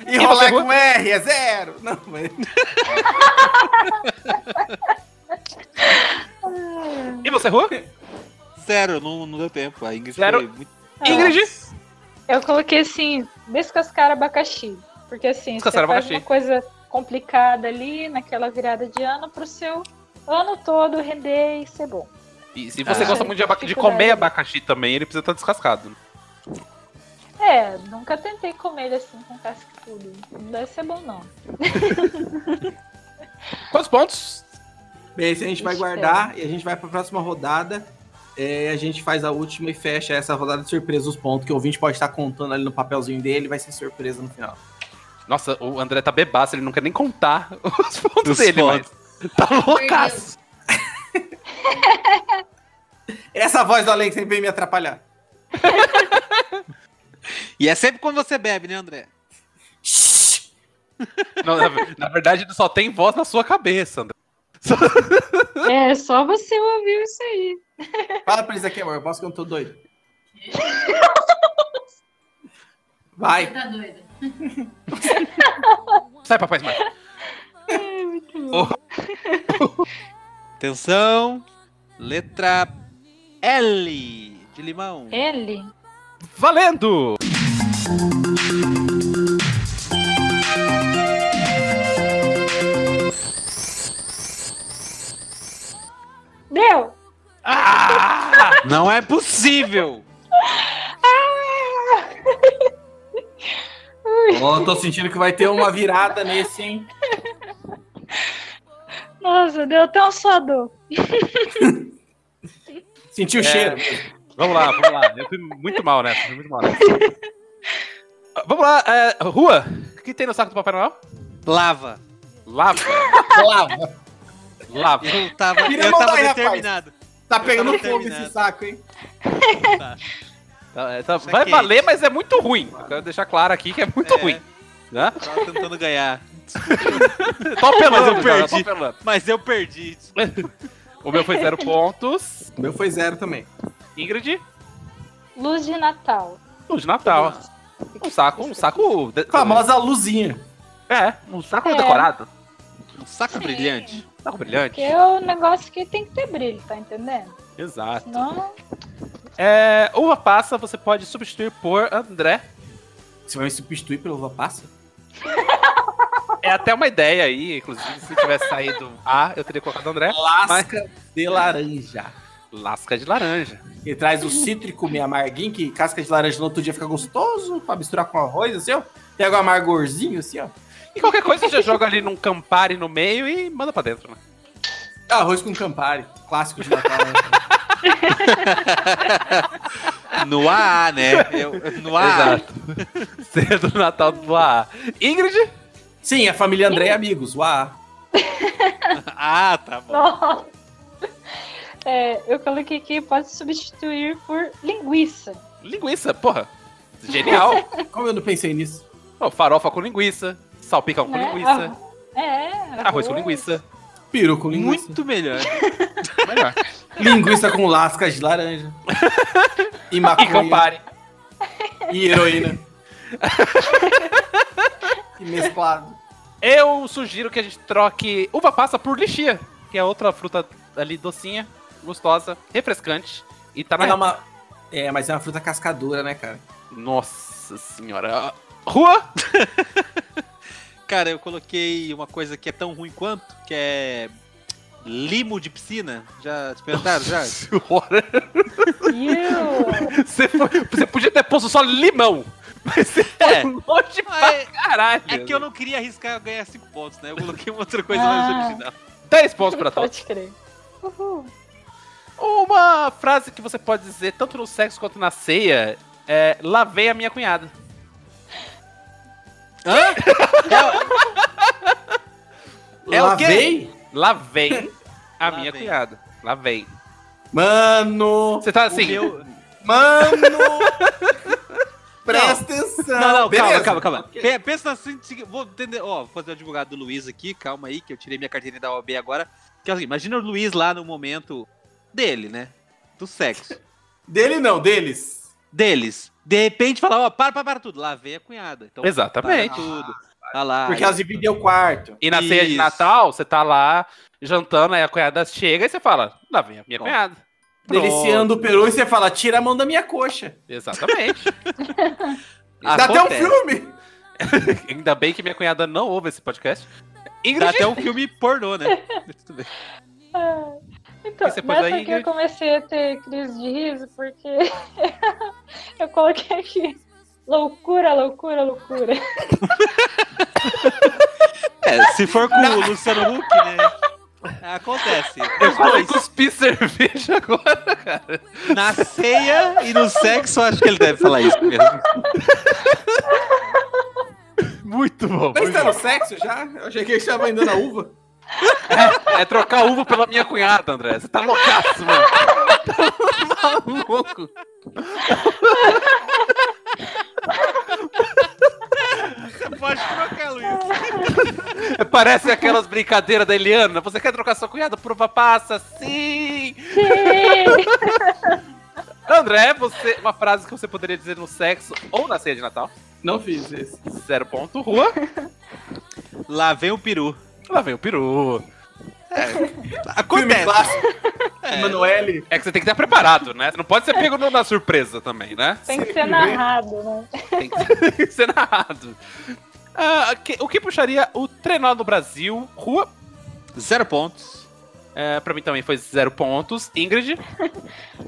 [SPEAKER 4] E
[SPEAKER 3] você,
[SPEAKER 4] rolar
[SPEAKER 3] Ru?
[SPEAKER 4] com R é zero. Não, mas...
[SPEAKER 3] E você, Rua?
[SPEAKER 6] Sério, não, não deu tempo. A Ingrid
[SPEAKER 3] Zero.
[SPEAKER 6] foi muito.
[SPEAKER 3] Ingrid?
[SPEAKER 5] Eu coloquei assim, descascar abacaxi. Porque assim,
[SPEAKER 3] Descascar
[SPEAKER 5] você faz
[SPEAKER 3] abacaxi.
[SPEAKER 5] uma coisa complicada ali naquela virada de ano pro seu ano todo render e ser bom.
[SPEAKER 3] E se você
[SPEAKER 6] Ah.
[SPEAKER 3] gosta muito de, abaca- de
[SPEAKER 5] Dificuldade.
[SPEAKER 3] comer abacaxi também, ele precisa estar descascado.
[SPEAKER 5] É, nunca tentei comer ele assim com casca e tudo. Não deve ser bom,
[SPEAKER 3] <laughs>
[SPEAKER 5] não.
[SPEAKER 3] Quantos pontos?
[SPEAKER 4] Bem, esse a gente vai
[SPEAKER 5] Espero.
[SPEAKER 4] guardar e a gente vai pra próxima rodada. É, a gente faz a última e fecha essa rodada de surpresa os pontos que o ouvinte pode estar contando ali no papelzinho dele, vai ser surpresa no final.
[SPEAKER 3] Nossa, o André tá bebaço, ele não quer nem contar <laughs> os pontos
[SPEAKER 6] Os
[SPEAKER 3] dele, mas tá loucaço.
[SPEAKER 4] Essa voz do além que sempre vem me atrapalhar.
[SPEAKER 1] E é sempre quando você bebe, né, André?
[SPEAKER 3] Não, na, na verdade, só tem voz na sua cabeça, André.
[SPEAKER 5] É, só você ouviu isso aí.
[SPEAKER 4] Fala pra eles aqui, amor, eu posso que eu não tô doido. Vai.
[SPEAKER 8] Tá doida.
[SPEAKER 3] Sai, papai Smurf.
[SPEAKER 1] <laughs> Atenção. Letra L de limão.
[SPEAKER 5] Ele?
[SPEAKER 3] Valendo!
[SPEAKER 5] Deu!
[SPEAKER 3] Ah!
[SPEAKER 1] Não é possível.
[SPEAKER 4] Ó, tô sentindo que vai ter uma virada nesse, hein?
[SPEAKER 5] Nossa, deu até um suador.
[SPEAKER 4] Sentiu o
[SPEAKER 3] É.
[SPEAKER 4] cheiro.
[SPEAKER 3] Vamos lá, vamos lá. Eu fui muito mal nessa, fui muito mal nessa. Ah, Vamos lá, é, Rua, o que tem no saco do Papai Noel?
[SPEAKER 1] Lava.
[SPEAKER 3] Lava,
[SPEAKER 4] Lava.
[SPEAKER 3] lava.
[SPEAKER 1] Eu tava,
[SPEAKER 4] Vira a
[SPEAKER 1] eu
[SPEAKER 4] mão
[SPEAKER 1] tava
[SPEAKER 4] daí, rapaz.
[SPEAKER 1] determinado.
[SPEAKER 4] Tá pegando
[SPEAKER 1] Tá
[SPEAKER 4] fogo esse
[SPEAKER 1] terminado.
[SPEAKER 4] saco, hein?
[SPEAKER 3] Tá, é, tá,
[SPEAKER 1] Isso
[SPEAKER 3] vai
[SPEAKER 1] aqui.
[SPEAKER 3] valer, mas é muito ruim. Eu quero deixar claro aqui que é muito
[SPEAKER 1] É.
[SPEAKER 3] ruim. Né?
[SPEAKER 1] Tava tentando ganhar.
[SPEAKER 3] Tô
[SPEAKER 1] Mas
[SPEAKER 3] apelando,
[SPEAKER 1] eu
[SPEAKER 3] cara, tô
[SPEAKER 1] perdi.
[SPEAKER 3] apelando.
[SPEAKER 1] Mas eu perdi.
[SPEAKER 3] O meu foi zero pontos.
[SPEAKER 4] O meu foi zero também.
[SPEAKER 3] Ingrid,
[SPEAKER 5] Luz de Natal.
[SPEAKER 3] luz de Natal. Um saco, um saco. de-
[SPEAKER 4] Famosa luzinha.
[SPEAKER 3] É, um saco
[SPEAKER 5] É.
[SPEAKER 3] decorado.
[SPEAKER 1] Um saco brilhante.
[SPEAKER 3] Um saco brilhante.
[SPEAKER 5] Porque é um negócio que tem que ter brilho, tá entendendo?
[SPEAKER 3] Exato.
[SPEAKER 5] Senão,
[SPEAKER 3] É, uva passa você pode substituir por André.
[SPEAKER 4] Você vai me substituir pela uva passa?
[SPEAKER 3] É até uma ideia aí, inclusive, se tivesse saído A, eu teria colocado André.
[SPEAKER 4] Lasca de laranja.
[SPEAKER 3] Lasca de laranja.
[SPEAKER 4] E traz o cítrico meio amarguinho, que casca de laranja no outro dia fica gostoso, pra misturar com arroz, assim, ó. Pega um amargorzinho, assim, ó.
[SPEAKER 3] E qualquer coisa você já joga ali num Campari no meio e manda pra dentro, né?
[SPEAKER 4] Ah, Arroz com Campari, clássico de Natal. né?
[SPEAKER 1] No AA, né? Eu- no AA.
[SPEAKER 3] Exato. Ceia do Natal do A. Ingrid?
[SPEAKER 4] <laughs> Sim, a família André e amigos, uá.
[SPEAKER 1] Ah, tá bom.
[SPEAKER 5] Nossa. É, eu coloquei que pode substituir por linguiça.
[SPEAKER 3] Linguiça, porra.
[SPEAKER 5] <laughs>
[SPEAKER 3] Genial.
[SPEAKER 4] Como eu não pensei nisso?
[SPEAKER 3] Ó, farofa com linguiça, salpicão com
[SPEAKER 5] né?
[SPEAKER 3] linguiça,
[SPEAKER 5] Ah, É.
[SPEAKER 3] arroz com linguiça.
[SPEAKER 4] Peru com linguiça.
[SPEAKER 3] <laughs>
[SPEAKER 6] Muito melhor.
[SPEAKER 3] Melhor.
[SPEAKER 4] Linguiça com lascas de <laughs> laranja. E
[SPEAKER 3] E
[SPEAKER 4] maconha.
[SPEAKER 3] compare.
[SPEAKER 4] E, <laughs> heroína. e mesclado.
[SPEAKER 3] Eu sugiro que a gente troque uva passa por lixia, que é outra fruta ali docinha, gostosa, refrescante. E tá
[SPEAKER 4] Mas é
[SPEAKER 3] na.
[SPEAKER 4] uma... É, mas é uma fruta cascadura, né, cara?
[SPEAKER 3] Nossa senhora. Rua?
[SPEAKER 6] <laughs> Cara, eu coloquei uma coisa que é tão ruim quanto, que é limo de piscina. Já experimentaram? Já?
[SPEAKER 3] Senhora.
[SPEAKER 5] Iu.
[SPEAKER 3] Você, foi- você podia ter posto só limão. Mas você é
[SPEAKER 6] É.
[SPEAKER 3] longe pra
[SPEAKER 6] Mas
[SPEAKER 3] caralho.
[SPEAKER 6] É que eu não queria arriscar ganhar 5 pontos, né? Eu coloquei uma outra coisa
[SPEAKER 5] Ah.
[SPEAKER 6] mais original.
[SPEAKER 3] 10 pontos <laughs>
[SPEAKER 6] <laughs>
[SPEAKER 3] pra todos.
[SPEAKER 5] Pode crer. Uhul.
[SPEAKER 3] Uma frase que você pode dizer tanto no sexo quanto na ceia é: Lavei a minha cunhada.
[SPEAKER 6] É o quê?
[SPEAKER 4] Lavei?
[SPEAKER 3] Lavei <laughs> a
[SPEAKER 6] Lá
[SPEAKER 3] minha
[SPEAKER 6] vem.
[SPEAKER 3] cunhada. Lavei.
[SPEAKER 4] Mano!
[SPEAKER 3] Você tá assim.
[SPEAKER 6] Meu- <laughs>
[SPEAKER 4] Mano! Presta atenção!
[SPEAKER 6] Não, não,
[SPEAKER 4] Beleza.
[SPEAKER 6] calma, calma, calma. Pe- Pensa assim, se- vou entender, ó, vou fazer o advogado do Luiz aqui, calma aí, que eu tirei minha carteirinha da OAB agora. Que é o seguinte, imagina o Luiz lá no momento dele, né? Do sexo.
[SPEAKER 4] Dele não, deles.
[SPEAKER 6] Deles. De repente fala, ó, para, para, para tudo. Lá vem a cunhada. Então, para
[SPEAKER 3] Exatamente.
[SPEAKER 6] tudo. Ah lá.
[SPEAKER 4] Porque elas dividem o quarto.
[SPEAKER 3] E na ceia de
[SPEAKER 6] Isso.
[SPEAKER 3] Natal, você tá lá jantando, aí a cunhada chega e você fala: Lavei a minha
[SPEAKER 6] Ó.
[SPEAKER 3] cunhada.
[SPEAKER 4] Deliciando o peru e você fala, tira a mão da minha coxa.
[SPEAKER 3] Exatamente.
[SPEAKER 4] Dá até um
[SPEAKER 6] Acontece.
[SPEAKER 4] filme!
[SPEAKER 3] Ainda bem que minha cunhada não ouve esse podcast.
[SPEAKER 6] Dá
[SPEAKER 3] Ingrid,
[SPEAKER 6] até um filme pornô, né? Tudo bem.
[SPEAKER 5] Ah, Então,
[SPEAKER 3] E você pôs
[SPEAKER 5] nessa
[SPEAKER 3] aí,
[SPEAKER 5] que eu
[SPEAKER 3] Ingrid?
[SPEAKER 5] comecei a ter crise de riso, porque <laughs> eu coloquei aqui loucura, loucura, loucura. <laughs>
[SPEAKER 6] É, se for com o Luciano Huck, né? Acontece.
[SPEAKER 3] eu falei um <laughs> cuspir cerveja agora.
[SPEAKER 6] Na ceia e no sexo, acho que ele deve falar isso mesmo.
[SPEAKER 3] Muito bom.
[SPEAKER 4] Mas tá no sexo já? Eu achei que ele estava ainda na uva.
[SPEAKER 3] É trocar uva pela minha cunhada, André. Você tá loucaço, mano. Tá maluco.
[SPEAKER 6] Pode trocar, Luiz.
[SPEAKER 3] Parece aquelas brincadeiras da Eliana. Você quer trocar sua cunhada por uva passa? Sim!
[SPEAKER 5] Sim!
[SPEAKER 3] André, você, uma frase que você poderia dizer no sexo ou na ceia de Natal.
[SPEAKER 4] Não fiz isso.
[SPEAKER 3] Zero ponto, rua.
[SPEAKER 6] Lá vem o peru.
[SPEAKER 3] Lá vem o peru.
[SPEAKER 4] Filme
[SPEAKER 6] Acontece.
[SPEAKER 4] clássico. Manoel.
[SPEAKER 3] É que você tem que estar preparado, né? Você não pode ser pego no- na surpresa também, né?
[SPEAKER 5] Tem que ser narrado, né?
[SPEAKER 3] Tem que, tem que ser narrado. Ah, que- o que puxaria o trenó do Brasil? Rua,
[SPEAKER 6] Zero pontos.
[SPEAKER 3] é, pra mim também foi zero pontos. Ingrid,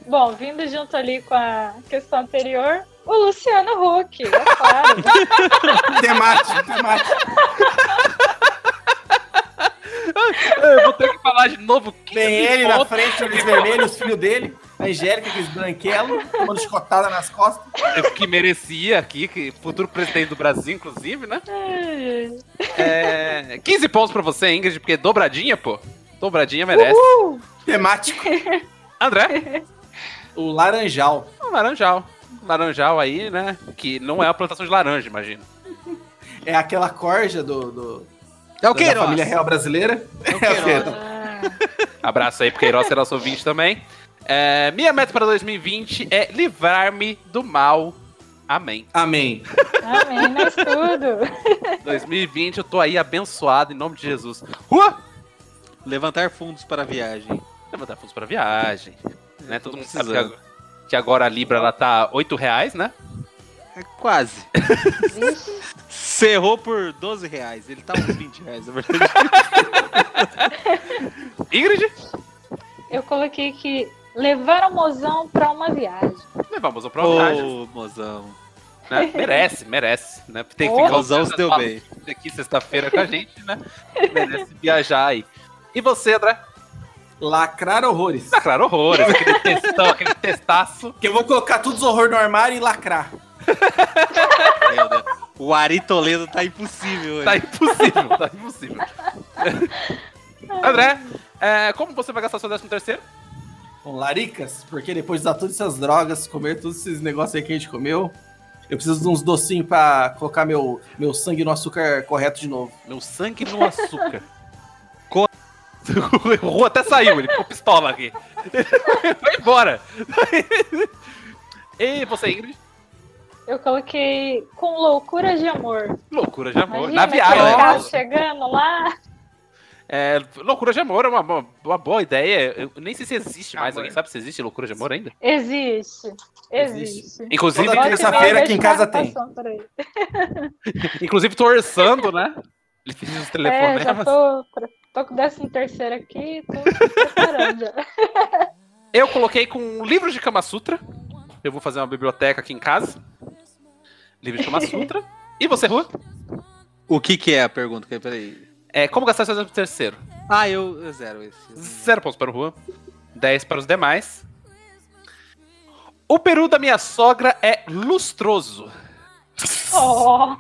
[SPEAKER 5] Bom, vindo junto ali com a questão anterior, o Luciano Huck, é claro.
[SPEAKER 4] Temático, temático.
[SPEAKER 3] eu vou ter que falar de novo. 15
[SPEAKER 4] Tem ele na
[SPEAKER 3] pontos.
[SPEAKER 4] frente, olhos vermelhos, filho dele. A Angélica, aqueles branquelos, tomando escotada nas costas.
[SPEAKER 3] Que merecia aqui, que futuro presidente do Brasil, inclusive, né? <laughs>
[SPEAKER 5] Ai, ai.
[SPEAKER 3] É, 15 pontos pra você, Ingrid, porque dobradinha, pô. Dobradinha merece.
[SPEAKER 4] Temático.
[SPEAKER 3] André,
[SPEAKER 4] O laranjal.
[SPEAKER 3] um laranjal. Um Laranjal aí, né? Que não é uma plantação de laranja,
[SPEAKER 6] <laughs>
[SPEAKER 3] imagino.
[SPEAKER 4] É aquela corja do, do-
[SPEAKER 6] É o
[SPEAKER 4] da
[SPEAKER 6] Queiroz.
[SPEAKER 4] família real brasileira. É o
[SPEAKER 6] Queiroz.
[SPEAKER 4] Queiroz.
[SPEAKER 5] Ah,
[SPEAKER 3] Abraço aí, porque Queiroz será nosso ouvinte também. É, minha meta para 2020 é livrar-me do mal. Amém.
[SPEAKER 4] Amém.
[SPEAKER 5] amém, mas tudo.
[SPEAKER 3] 2020 eu tô aí abençoado em nome de Jesus. Rua!
[SPEAKER 6] Levantar fundos para a viagem.
[SPEAKER 3] Levantar fundos pra viagem. Né? Todo
[SPEAKER 6] tô
[SPEAKER 3] mundo sabe que
[SPEAKER 6] precisando.
[SPEAKER 3] agora, que agora a Libra ela tá R$ 8 reais, né?
[SPEAKER 6] É quase. Cerrou por 12 reais. Ele tá uns 20 reais, na verdade.
[SPEAKER 3] Ingrid,
[SPEAKER 5] Eu coloquei que levar o mozão pra uma viagem.
[SPEAKER 3] levar o mozão pra uma viagem.
[SPEAKER 6] Ô, mozão.
[SPEAKER 3] né? Merece, merece. Né? Tem que
[SPEAKER 5] Ô.
[SPEAKER 3] ficar
[SPEAKER 6] Mozão
[SPEAKER 3] os
[SPEAKER 6] se deu bem.
[SPEAKER 3] aqui sexta-feira com a gente, né? Merece viajar aí. E você, André?
[SPEAKER 4] Lacrar horrores.
[SPEAKER 3] Ah, claro, horrores. Aquele textão, aquele testaço.
[SPEAKER 4] Que eu vou colocar todos os horrores no armário e lacrar.
[SPEAKER 6] Meu Deus. O Ari Toledo tá impossível. hoje.
[SPEAKER 3] Tá impossível, tá
[SPEAKER 5] <laughs>
[SPEAKER 3] impossível. André, é, como você vai gastar seu décimo terceiro?
[SPEAKER 4] com laricas, porque depois de usar todas essas drogas, comer todos esses negócios aí que a gente comeu, eu preciso de uns docinhos pra colocar meu, meu sangue no açúcar correto de novo.
[SPEAKER 3] Meu sangue no <laughs> açúcar. Co... o Rô até saiu, ele ficou pistola aqui. <laughs> Vai embora. <laughs> Ei, você, Ingrid?
[SPEAKER 5] Eu coloquei com loucura de amor.
[SPEAKER 3] Loucura de amor.
[SPEAKER 5] Imagina
[SPEAKER 3] Na viagem.
[SPEAKER 5] aquele
[SPEAKER 3] né?
[SPEAKER 5] carro chegando lá.
[SPEAKER 3] É, loucura de amor é uma, uma, uma boa ideia. Eu nem sei se existe mais.
[SPEAKER 4] Amor.
[SPEAKER 3] Alguém sabe se existe loucura de amor ainda?
[SPEAKER 5] Existe. Existe.
[SPEAKER 3] Inclusive,
[SPEAKER 4] Toda
[SPEAKER 5] Volta e
[SPEAKER 4] terça-feira
[SPEAKER 5] meia
[SPEAKER 4] aqui em
[SPEAKER 5] vejo
[SPEAKER 4] casa
[SPEAKER 5] carro
[SPEAKER 4] tem.
[SPEAKER 5] passando por aí.
[SPEAKER 3] inclusive tô orçando, né? Ele fez os
[SPEAKER 5] É, já
[SPEAKER 4] né?
[SPEAKER 3] telefonemas.
[SPEAKER 5] tô, tô com o décimo terceiro aqui, tô preparando
[SPEAKER 4] <laughs>
[SPEAKER 5] já.
[SPEAKER 3] Eu coloquei com um livro de Kama Sutra. Eu vou fazer uma biblioteca aqui em casa. Livro de Kama Sutra. E você, Rua?
[SPEAKER 6] O que que é a pergunta? Que- Peraí.
[SPEAKER 3] É, como gastar seus anos terceiro?
[SPEAKER 6] Ah, eu eu zero esse.
[SPEAKER 3] Zero pontos para o Juan. Dez para os demais. O peru da minha sogra é lustroso.
[SPEAKER 5] Oh,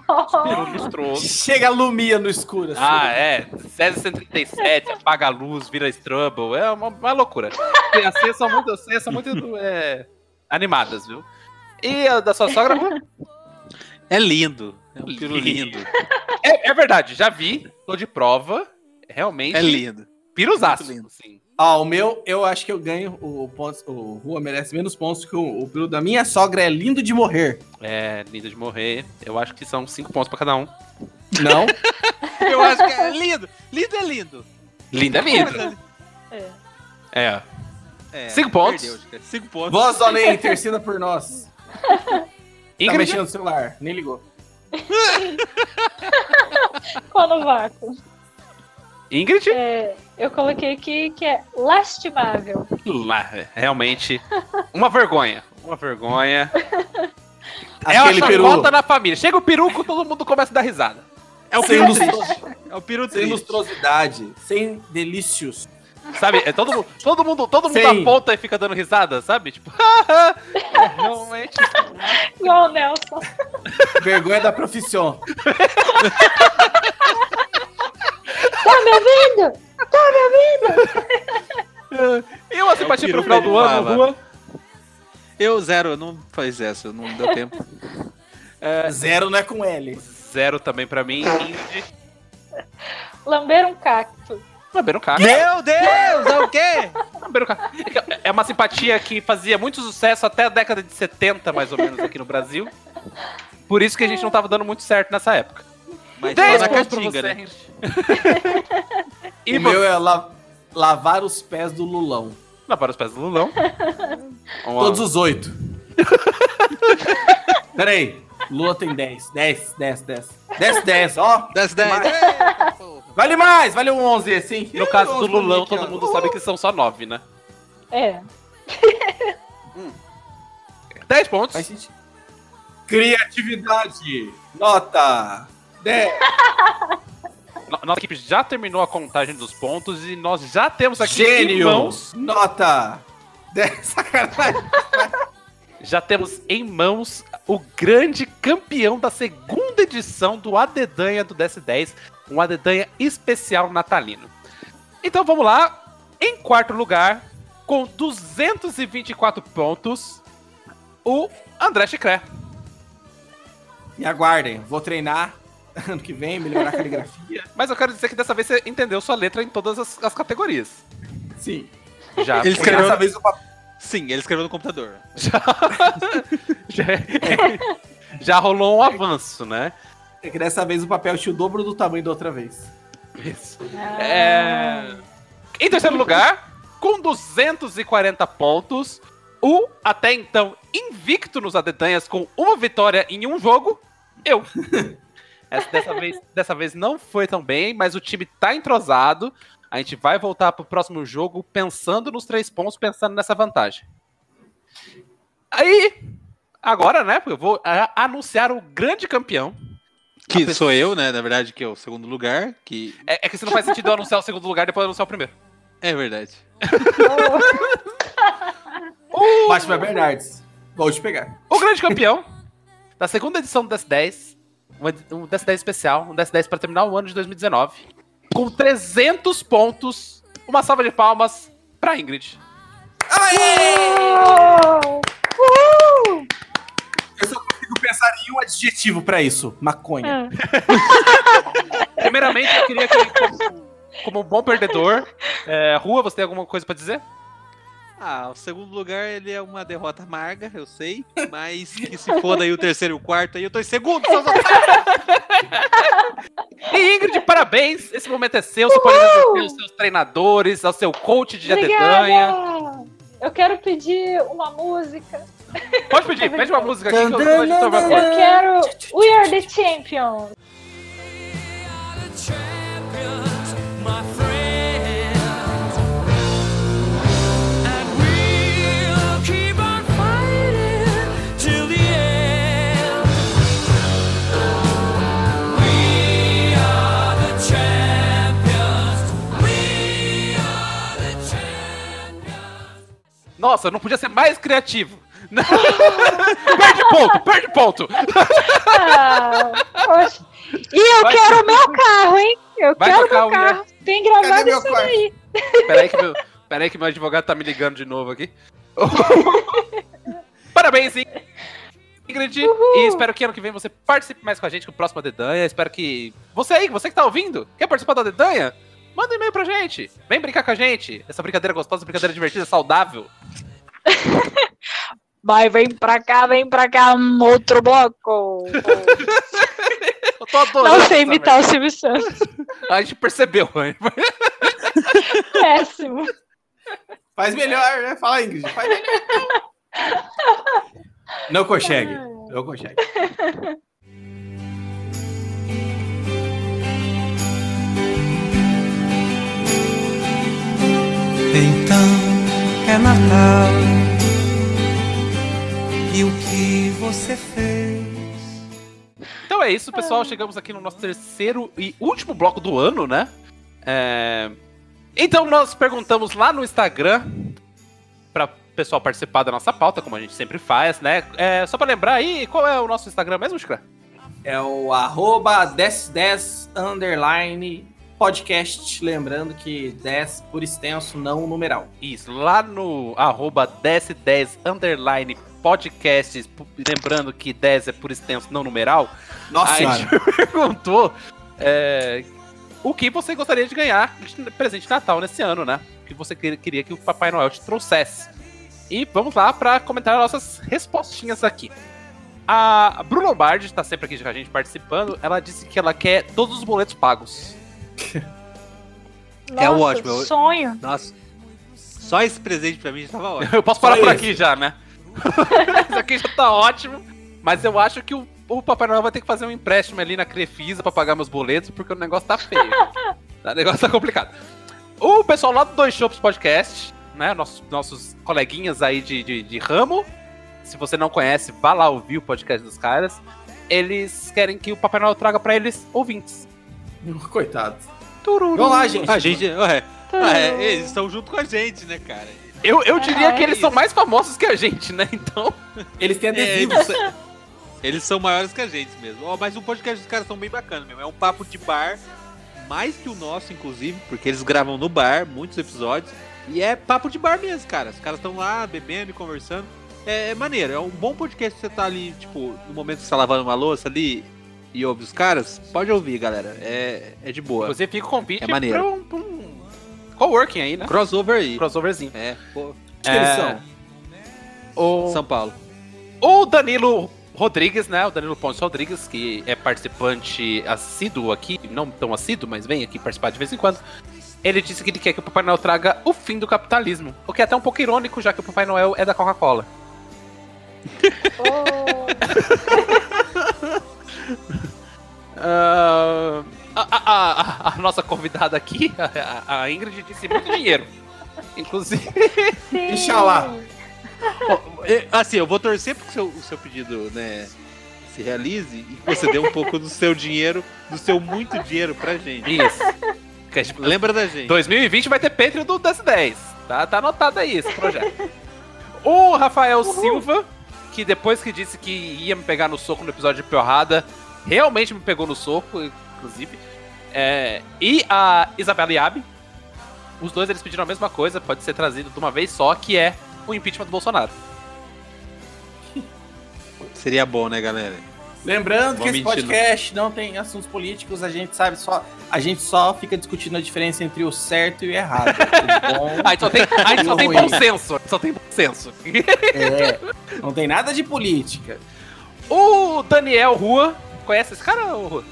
[SPEAKER 3] Peru lustroso.
[SPEAKER 4] Chega a lumia no escuro, assim.
[SPEAKER 3] Ah, é. César 137, apaga a luz, vira Strumble. É uma, uma loucura. Tem- As senhas são muito, as senhas são muito é, animadas, viu? E a da sua sogra, Juan?
[SPEAKER 6] É lindo. É um peru lindo.
[SPEAKER 3] É, é verdade, já vi. Tô de prova. Realmente.
[SPEAKER 6] É lindo.
[SPEAKER 3] Piruzaço.
[SPEAKER 6] Muito lindo.
[SPEAKER 3] assim.
[SPEAKER 4] Ó, Ah, o meu, eu acho que eu ganho o ponto. O Rua merece menos pontos que o, o peru da minha sogra é lindo de morrer.
[SPEAKER 3] É, lindo de morrer. Eu acho que são cinco pontos pra cada um.
[SPEAKER 4] <laughs> Não?
[SPEAKER 6] <laughs> Eu acho que é lindo. Lindo é lindo.
[SPEAKER 3] Linda é lindo.
[SPEAKER 5] É.
[SPEAKER 3] É.
[SPEAKER 6] É,
[SPEAKER 3] Cinco pontos.
[SPEAKER 6] perdeu, Chica. Cinco pontos.
[SPEAKER 4] Voz do além, interceda por nós. Tá
[SPEAKER 3] Ingrid,
[SPEAKER 4] mexendo no celular, nem ligou.
[SPEAKER 5] Ficou no vácuo.
[SPEAKER 3] Ingrid?
[SPEAKER 5] É, eu coloquei aqui que é lastimável.
[SPEAKER 3] Lá, ah, Realmente, uma vergonha. Uma vergonha. é
[SPEAKER 4] Aquele
[SPEAKER 3] uma
[SPEAKER 4] peru
[SPEAKER 3] chacota na família. Chega o peruco, todo mundo começa a dar risada. um
[SPEAKER 6] É o
[SPEAKER 4] sem,
[SPEAKER 6] peru
[SPEAKER 4] lustro-
[SPEAKER 6] É o peru
[SPEAKER 4] sem
[SPEAKER 6] triste.
[SPEAKER 4] lustrosidade, sem delícios.
[SPEAKER 3] Sabe? É todo, mu- todo mundo, todo mundo
[SPEAKER 4] Sim.
[SPEAKER 3] aponta e fica dando risada, sabe? Tipo, é realmente.
[SPEAKER 5] Igual o Nelson.
[SPEAKER 4] Vergonha da profissão.
[SPEAKER 5] Tá me ouvindo? Tá me ouvindo?
[SPEAKER 3] E uma simpatia pro
[SPEAKER 6] peru
[SPEAKER 3] tipo, final
[SPEAKER 6] É que
[SPEAKER 3] do
[SPEAKER 6] ele
[SPEAKER 3] ano,
[SPEAKER 6] fala.
[SPEAKER 3] rua.
[SPEAKER 6] Eu zero, eu não faz essa, não deu tempo.
[SPEAKER 3] <laughs>
[SPEAKER 4] Zero não é com L.
[SPEAKER 3] Zero também pra mim. Ingrid.
[SPEAKER 5] Lamber um cacto.
[SPEAKER 3] Lamberam o carro.
[SPEAKER 6] Meu Deus, é o quê?
[SPEAKER 3] Lamberam o carro. É uma simpatia que fazia muito sucesso até a década de 70, mais ou menos, aqui no Brasil. Por isso que a gente não tava dando muito certo nessa época.
[SPEAKER 6] Mas
[SPEAKER 3] Dez
[SPEAKER 6] só na
[SPEAKER 3] pontos pra você,
[SPEAKER 6] caatinga, né?
[SPEAKER 3] Ingrid.
[SPEAKER 4] O
[SPEAKER 3] E
[SPEAKER 4] meu é la- lavar os pés do Lulão.
[SPEAKER 3] Lavar os pés do Lulão. Vamos lá.
[SPEAKER 4] Todos os oito. <laughs> Peraí. Lula tem 10. 10, 10, 10. 10, 10, ó.
[SPEAKER 6] Das dez.
[SPEAKER 4] Vale mais, vale um 11, assim.
[SPEAKER 3] É, No caso do
[SPEAKER 4] Onze pra mim
[SPEAKER 3] Lulão,
[SPEAKER 4] aqui, ó.
[SPEAKER 3] todo mundo sabe que são só nove, né?
[SPEAKER 5] É.
[SPEAKER 3] Dez pontos.
[SPEAKER 4] Faz sentido. Criatividade. Nota. 10.
[SPEAKER 3] No- Nossa equipe já terminou a contagem dos pontos e nós já temos aqui em
[SPEAKER 4] Gênios.
[SPEAKER 3] mãos.
[SPEAKER 4] Nota. 10. <laughs> Sacanagem.
[SPEAKER 3] Já temos em mãos o grande campeão da segunda edição do Adedanha do DS10, um Adedanha especial natalino. Então vamos lá, em quarto lugar, com 224 pontos, o André Chicré.
[SPEAKER 4] Me aguardem. Vou treinar <laughs> ano que vem, melhorar a caligrafia.
[SPEAKER 3] Mas eu quero dizer que dessa vez você entendeu sua letra em todas as, as categorias.
[SPEAKER 4] Sim.
[SPEAKER 3] Já.
[SPEAKER 6] Ele
[SPEAKER 4] Ah, Porque
[SPEAKER 6] escreveu-
[SPEAKER 3] <laughs>
[SPEAKER 4] dessa vez o papo
[SPEAKER 6] Sim, ele escreveu no computador.
[SPEAKER 3] já, já rolou um avanço, né?
[SPEAKER 4] É que dessa vez o papel tinha o dobro do tamanho da outra vez.
[SPEAKER 3] É... Em terceiro lugar, com 240 pontos, o até então invicto nos Adedanhas com uma vitória em um jogo, eu. Essa, dessa, vez, dessa vez não foi tão bem, mas o time tá entrosado. A gente vai voltar pro próximo jogo pensando nos três pontos, pensando nessa vantagem. Aí, agora, né? Eu vou a- anunciar o grande campeão.
[SPEAKER 6] Que
[SPEAKER 3] pessoa-
[SPEAKER 6] sou eu, né? Na verdade, que é o segundo lugar. Que
[SPEAKER 3] É, é que se não faz sentido eu anunciar o segundo lugar e depois anunciar o primeiro.
[SPEAKER 6] é verdade.
[SPEAKER 4] Batman Bernardes. Vou te pegar.
[SPEAKER 3] O grande campeão da segunda edição do DS10, uma- um DS10 especial, um DS10 para terminar o ano de 2019, com 300 pontos, uma salva de palmas pra Ingrid.
[SPEAKER 4] Ah,
[SPEAKER 5] Uou! Uhul!
[SPEAKER 4] Eu só consigo pensar em um adjetivo pra isso. Maconha.
[SPEAKER 5] Ah,
[SPEAKER 3] Primeiramente, eu queria que, como, como um bom perdedor, é, Rua, você tem alguma coisa pra dizer?
[SPEAKER 6] Ah, o segundo lugar ele é uma derrota amarga, eu sei. Mas que se foda aí o terceiro e o quarto, aí eu tô em segundo, seus otários.
[SPEAKER 3] E Ingrid, parabéns! Esse momento é seu. Você pode agradecer aos seus treinadores, ao seu coach de adedanha.
[SPEAKER 5] Obrigada! Eu quero pedir uma música.
[SPEAKER 3] Pode pedir, pede uma música aqui que eu vou editar uma
[SPEAKER 5] Eu
[SPEAKER 3] coisa.
[SPEAKER 5] quero We Are The Champions.
[SPEAKER 3] Nossa, não podia ser mais criativo. <laughs> Não. perde ponto, perde ponto.
[SPEAKER 4] <laughs>
[SPEAKER 5] Ah, poxa. E eu
[SPEAKER 3] Vai-
[SPEAKER 5] quero o meu carro, hein? Eu
[SPEAKER 3] Vai
[SPEAKER 5] quero
[SPEAKER 3] tocar,
[SPEAKER 5] meu carro. Tem gravado
[SPEAKER 4] Cadê meu
[SPEAKER 5] isso daí.
[SPEAKER 3] Peraí que, meu, peraí que meu advogado tá me ligando de novo aqui. <laughs> Parabéns, Ingrid. E espero que ano que vem você participe mais com a gente, com o próximo Dedanha. Espero que. Você aí, você que tá ouvindo, quer participar da Dedanha? Manda um e-mail pra gente. Vem brincar com a gente. Essa brincadeira gostosa, brincadeira divertida, saudável.
[SPEAKER 5] Vai, vem pra cá, vem pra cá, um outro
[SPEAKER 6] <laughs>
[SPEAKER 5] bloco.
[SPEAKER 3] Eu tô adorando.
[SPEAKER 5] Não sei
[SPEAKER 3] essa
[SPEAKER 5] imitar o Silvio Santos.
[SPEAKER 3] merda. A gente percebeu, né?
[SPEAKER 5] Péssimo.
[SPEAKER 4] Faz melhor, né? Fala, Ingrid. Faz melhor. Não consegue. Não consegue.
[SPEAKER 2] Então é Natal. E o que você fez?
[SPEAKER 3] Então é isso,
[SPEAKER 5] Ah.
[SPEAKER 3] pessoal. Chegamos aqui no nosso terceiro e último bloco do ano, né? É, Então nós perguntamos lá Tá no Instagram para pessoal participar da nossa pauta, como a gente sempre faz, né? É, só para lembrar aí, qual é o nosso Instagram mesmo, Chica?
[SPEAKER 4] É o arroba 1010 underline podcast. Lembrando que 10 por extenso, não numeral.
[SPEAKER 3] Isso, lá no arroba 1010 underline podcasts, pu- lembrando que 10 é por extenso, não numeral, <laughs>
[SPEAKER 4] Nossa
[SPEAKER 3] a gente
[SPEAKER 4] senhora.
[SPEAKER 6] <laughs>
[SPEAKER 3] perguntou é, o que você gostaria de ganhar de presente de Natal nesse ano, né? O que você que- queria que o Papai Noel te trouxesse. E vamos lá para comentar nossas respostinhas aqui. A Bruno Lombardi está sempre aqui com a gente participando. Ela disse que ela quer todos os boletos pagos.
[SPEAKER 5] Nossa,
[SPEAKER 6] É ótimo, eu-
[SPEAKER 5] sonho.
[SPEAKER 6] Nossa. Só esse presente pra mim já tava ótimo.
[SPEAKER 3] Eu posso parar
[SPEAKER 4] Só
[SPEAKER 3] por
[SPEAKER 4] isso.
[SPEAKER 3] aqui já, né? <laughs> isso aqui já tá ótimo. Mas eu acho que o, o Papai Noel vai ter que fazer um empréstimo ali na Crefisa pra pagar meus boletos, porque o negócio tá <laughs> feio. o negócio tá complicado. O pessoal lá do Dois Shops Podcast, né? Nossos, nossos coleguinhas aí de, de, de ramo. Se você não conhece, vá lá ouvir o podcast dos caras. Eles querem que o Papai Noel traga pra eles ouvintes.
[SPEAKER 4] Coitado. Vamos lá, gente.
[SPEAKER 6] <laughs> A gente. ué, ah, é, eles estão junto com a gente, né, cara?
[SPEAKER 3] Eu, eu diria
[SPEAKER 5] É,
[SPEAKER 3] que eles
[SPEAKER 6] isso.
[SPEAKER 3] são mais famosos que a gente, né? Então.
[SPEAKER 4] Eles têm
[SPEAKER 6] É,
[SPEAKER 4] adesivo.
[SPEAKER 6] eles, são- eles são maiores que a gente mesmo. Ó, mas o podcast dos caras são bem bacana mesmo. É um papo de bar, mais que o nosso, inclusive, porque eles gravam no bar muitos episódios. E é papo de bar mesmo, cara. Os caras estão lá bebendo e conversando. É, é maneiro, é um bom podcast que você tá ali, tipo, no momento que você tá lavando uma louça ali e ouve os caras. Pode ouvir, galera. É, é de boa.
[SPEAKER 3] Você fica o convite
[SPEAKER 6] É maneiro.
[SPEAKER 3] pra um, pra um coworking aí, né?
[SPEAKER 6] Crossover aí.
[SPEAKER 3] Crossoverzinho.
[SPEAKER 6] É, pô,
[SPEAKER 4] que eles
[SPEAKER 3] É.
[SPEAKER 4] são?
[SPEAKER 3] O,
[SPEAKER 6] São Paulo.
[SPEAKER 3] o Danilo Rodrigues, né? O Danilo Pontes Rodrigues, que é participante assíduo aqui, não tão assíduo, mas vem aqui participar de vez em quando. Ele disse que ele quer que o Papai Noel traga o fim do capitalismo. O que é até um pouco irônico, já que o Papai Noel é da Coca-Cola.
[SPEAKER 5] Oh,
[SPEAKER 3] Ah, a, a- a- a nossa convidada aqui, <laughs> a, a- a Ingrid, disse muito dinheiro. Inclusive.
[SPEAKER 5] sim.
[SPEAKER 4] Inxalá.
[SPEAKER 6] Ó, eu- assim, eu vou torcer porque o seu, o seu pedido, né, se realize e que você dê um pouco do seu dinheiro, do seu muito dinheiro pra
[SPEAKER 3] <laughs>
[SPEAKER 6] gente.
[SPEAKER 3] Isso. Que a gente-
[SPEAKER 6] Lembra da gente.
[SPEAKER 3] 2020 vai ter Patreon do das 10. Tá, tá anotado aí esse projeto. o Rafael Silva, que depois que disse que ia me pegar no soco no episódio de Porrada, realmente me pegou no soco, inclusive. É, e a Isabela Yabe. Os dois eles pediram a mesma coisa, pode ser trazido de uma vez só, que é o impeachment do Bolsonaro.
[SPEAKER 6] Seria bom, né, galera?
[SPEAKER 4] Lembrando
[SPEAKER 6] Vou
[SPEAKER 4] que esse
[SPEAKER 6] mentir,
[SPEAKER 4] podcast não tem assuntos políticos, a gente sabe só, a gente só fica discutindo a diferença entre o certo e o errado. O bom-
[SPEAKER 3] Aí só tem, aí só tem bom senso. Só tem bom senso.
[SPEAKER 4] É, não tem nada de política.
[SPEAKER 3] O Daniel Rua. Conhece esse cara, ô, Rua?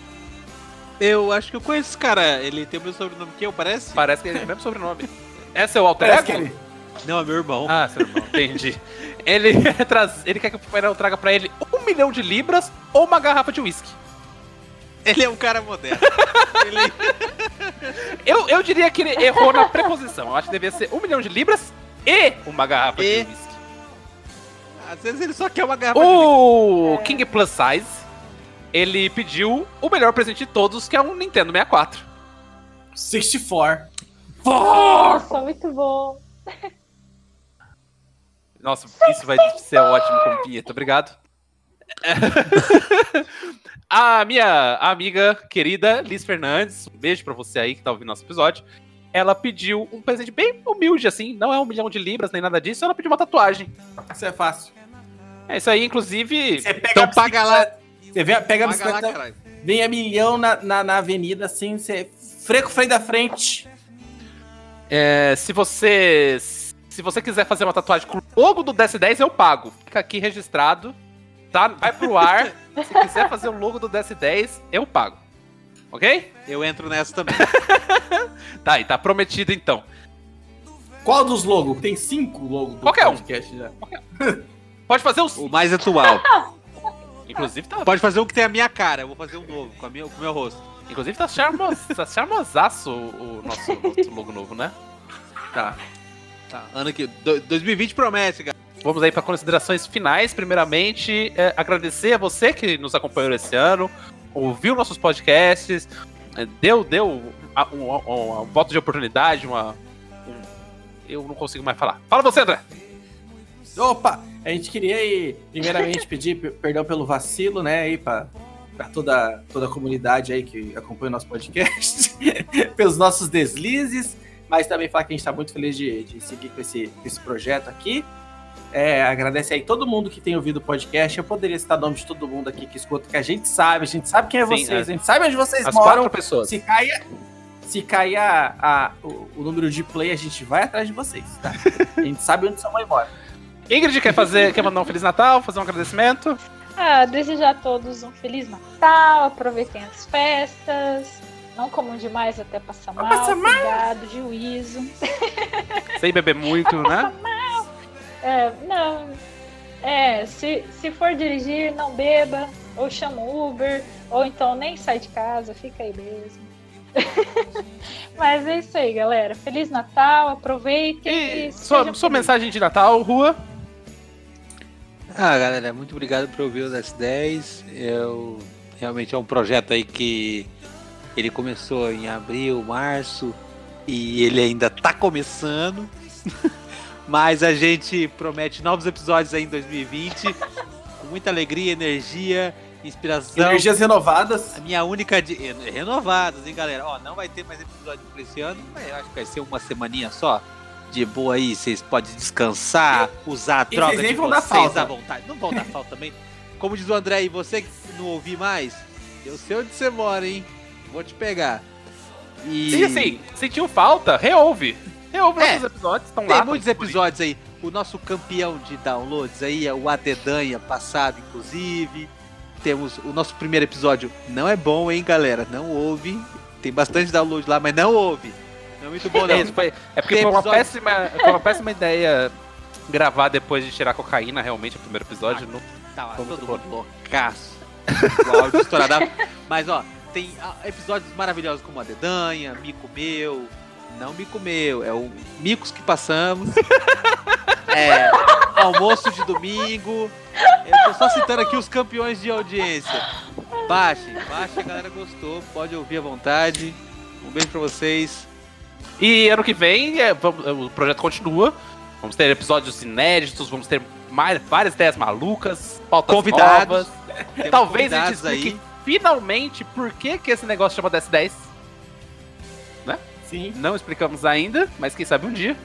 [SPEAKER 6] Eu acho que eu conheço esse cara. Ele tem o mesmo sobrenome que eu, parece?
[SPEAKER 3] Parece que ele tem o mesmo sobrenome. É seu alter
[SPEAKER 4] Parece
[SPEAKER 3] ego?
[SPEAKER 4] que ele-
[SPEAKER 6] Não, é meu irmão.
[SPEAKER 3] Ah, seu irmão, entendi. Ele, <laughs> traz, ele quer que o Papai Noel traga pra ele um milhão de libras ou uma garrafa de uísque.
[SPEAKER 6] Ele é um cara moderno. ele...
[SPEAKER 3] Eu, eu diria que ele errou na preposição. Eu acho que devia ser um milhão de libras e uma garrafa
[SPEAKER 6] E.
[SPEAKER 3] de uísque.
[SPEAKER 6] Às vezes ele só quer uma garrafa
[SPEAKER 3] O King Plus Size, ele pediu o melhor presente de todos, que é um Nintendo 64.
[SPEAKER 4] 64.
[SPEAKER 5] Nossa, muito bom.
[SPEAKER 3] Nossa, isso vai ser ótimo como vinheta, obrigado. a minha amiga querida Liz Fernandes, um beijo pra você aí que tá ouvindo nosso episódio. Ela pediu um presente bem humilde, assim, não é um milhão de libras nem nada disso, ela pediu uma tatuagem.
[SPEAKER 4] Isso é fácil.
[SPEAKER 3] É isso aí, inclusive.
[SPEAKER 4] Você pega a
[SPEAKER 6] Então paga lá,
[SPEAKER 4] bicicleta- Você vê- pega a
[SPEAKER 6] paga lá,
[SPEAKER 4] bicicleta,
[SPEAKER 6] caralho.
[SPEAKER 4] vem a milhão na, na, na avenida assim, você freca o freio da frente.
[SPEAKER 3] é, se você. Se você quiser fazer uma tatuagem com o logo do DS10, eu pago. Fica aqui registrado. Tá? Vai pro ar. se quiser fazer o logo do DS10, eu pago. Ok?
[SPEAKER 6] Eu entro nessa também.
[SPEAKER 3] Tá, e tá prometido então.
[SPEAKER 4] Qual dos logos? Tem cinco logos do
[SPEAKER 3] Qualquer um.
[SPEAKER 4] podcast já.
[SPEAKER 3] Pode fazer os.
[SPEAKER 6] O mais atual.
[SPEAKER 3] Inclusive tá.
[SPEAKER 6] Pode fazer um que tem a minha cara. Eu vou fazer um novo, com, a minha, com o meu rosto.
[SPEAKER 3] Inclusive tá, charmos, tá charmosaço o, o nosso, nosso logo novo, né? Tá.
[SPEAKER 6] Tá. Ano que... do- 2020 promete, galera.
[SPEAKER 3] Vamos aí pra considerações finais. Primeiramente, é, agradecer a você que nos acompanhou esse ano, ouviu nossos podcasts, é, deu, deu a- um, um- um voto de oportunidade, uma. um- eu não consigo mais falar. Fala você, André!
[SPEAKER 4] Opa! A gente queria aí, primeiramente, pedir pe- perdão pelo vacilo, né, aí pra, pra toda, toda a comunidade aí que acompanha o nosso podcast, <laughs> pelos nossos deslizes, mas também falar que a gente tá muito feliz de, de seguir com esse, com esse projeto aqui. É, agradece aí todo mundo que tem ouvido o podcast. Eu poderia citar o nome de todo mundo aqui que escuta, que a gente sabe, a gente sabe quem é
[SPEAKER 3] Sim,
[SPEAKER 4] vocês,
[SPEAKER 3] é.
[SPEAKER 4] a gente sabe onde vocês
[SPEAKER 3] As
[SPEAKER 4] moram.
[SPEAKER 3] quatro pessoas.
[SPEAKER 4] Se cair, se cair a, a- o, o número de play, a gente vai atrás de vocês, tá? A gente sabe onde sua mãe mora.
[SPEAKER 3] Ingrid quer fazer, quer mandar um Feliz Natal, fazer um agradecimento.
[SPEAKER 5] Ah, desejar a todos um Feliz Natal, aproveitem as festas, não comam demais até passar mal,
[SPEAKER 4] passar
[SPEAKER 5] cuidado, juízo.
[SPEAKER 3] Sem beber muito, né?
[SPEAKER 5] É, não, é, se, se for dirigir, não beba, ou chama o Uber, ou então nem sai de casa, fica aí mesmo. <laughs> Mas é isso aí, galera. Feliz Natal, aproveitem.
[SPEAKER 3] E sua, sua mensagem de Natal, Rua.
[SPEAKER 6] Ah, galera, muito obrigado por ouvir o S10. Eu realmente é um projeto aí que ele começou em abril, março e ele ainda tá começando. <laughs> Mas a gente promete novos episódios aí em 2020 com muita alegria, energia, inspiração.
[SPEAKER 4] Energias renovadas.
[SPEAKER 6] A minha única de eh, renovados, hein, galera? Ó, não vai ter mais episódio pra esse ano, mas eu acho que vai ser uma semaninha só. De boa aí, vocês podem descansar, usar a
[SPEAKER 4] E
[SPEAKER 6] droga
[SPEAKER 4] vocês nem
[SPEAKER 6] de
[SPEAKER 4] vão dar
[SPEAKER 6] vocês
[SPEAKER 4] falta.
[SPEAKER 6] à vontade. Não vão dar falta também. Como diz o André aí, você que não ouvir mais, eu sei onde você mora, hein? Vou te pegar. E
[SPEAKER 3] E assim, sentiu falta? Reouve. Reouve
[SPEAKER 6] É.
[SPEAKER 3] nossos episódios, estão Então lá.
[SPEAKER 6] tem
[SPEAKER 3] tão
[SPEAKER 6] muitos
[SPEAKER 3] disponíveis.
[SPEAKER 6] episódios aí. O nosso campeão de downloads aí é o Adedanha passado, inclusive. Temos o nosso primeiro episódio. Não é bom, hein, galera? Não ouve. Tem bastante download lá, mas não ouve. Não é muito bom,
[SPEAKER 3] É,
[SPEAKER 6] não.
[SPEAKER 3] isso foi- é porque
[SPEAKER 6] Tem
[SPEAKER 3] foi uma,
[SPEAKER 6] episódio-
[SPEAKER 3] péssima, foi uma péssima ideia gravar depois de tirar cocaína, realmente, o primeiro episódio. não-
[SPEAKER 6] Tá lá,
[SPEAKER 3] Vamos
[SPEAKER 6] todo
[SPEAKER 3] embora.
[SPEAKER 6] mundo loucaço. O
[SPEAKER 3] <laughs>
[SPEAKER 6] áudio estourado. Mas, ó, tem ah, episódios maravilhosos como a Dedanha, Mico Meu. Não Mico Meu, é o Micos
[SPEAKER 3] <laughs>
[SPEAKER 6] que passamos. É, almoço de domingo. Eu tô só citando aqui os campeões de audiência. Baixe, baixe, a galera gostou. Pode ouvir à vontade. Um beijo pra vocês.
[SPEAKER 3] E ano que vem, é, vamos- o projeto continua. Vamos ter episódios inéditos, vamos ter mais, várias ideias malucas, pautas
[SPEAKER 6] Convidados.
[SPEAKER 3] novas.
[SPEAKER 6] Temos
[SPEAKER 3] Talvez a gente
[SPEAKER 6] convidados
[SPEAKER 3] explique finalmente por que, que esse negócio chama DS10.
[SPEAKER 4] Sim.
[SPEAKER 3] Né? Não explicamos ainda, mas quem sabe um dia.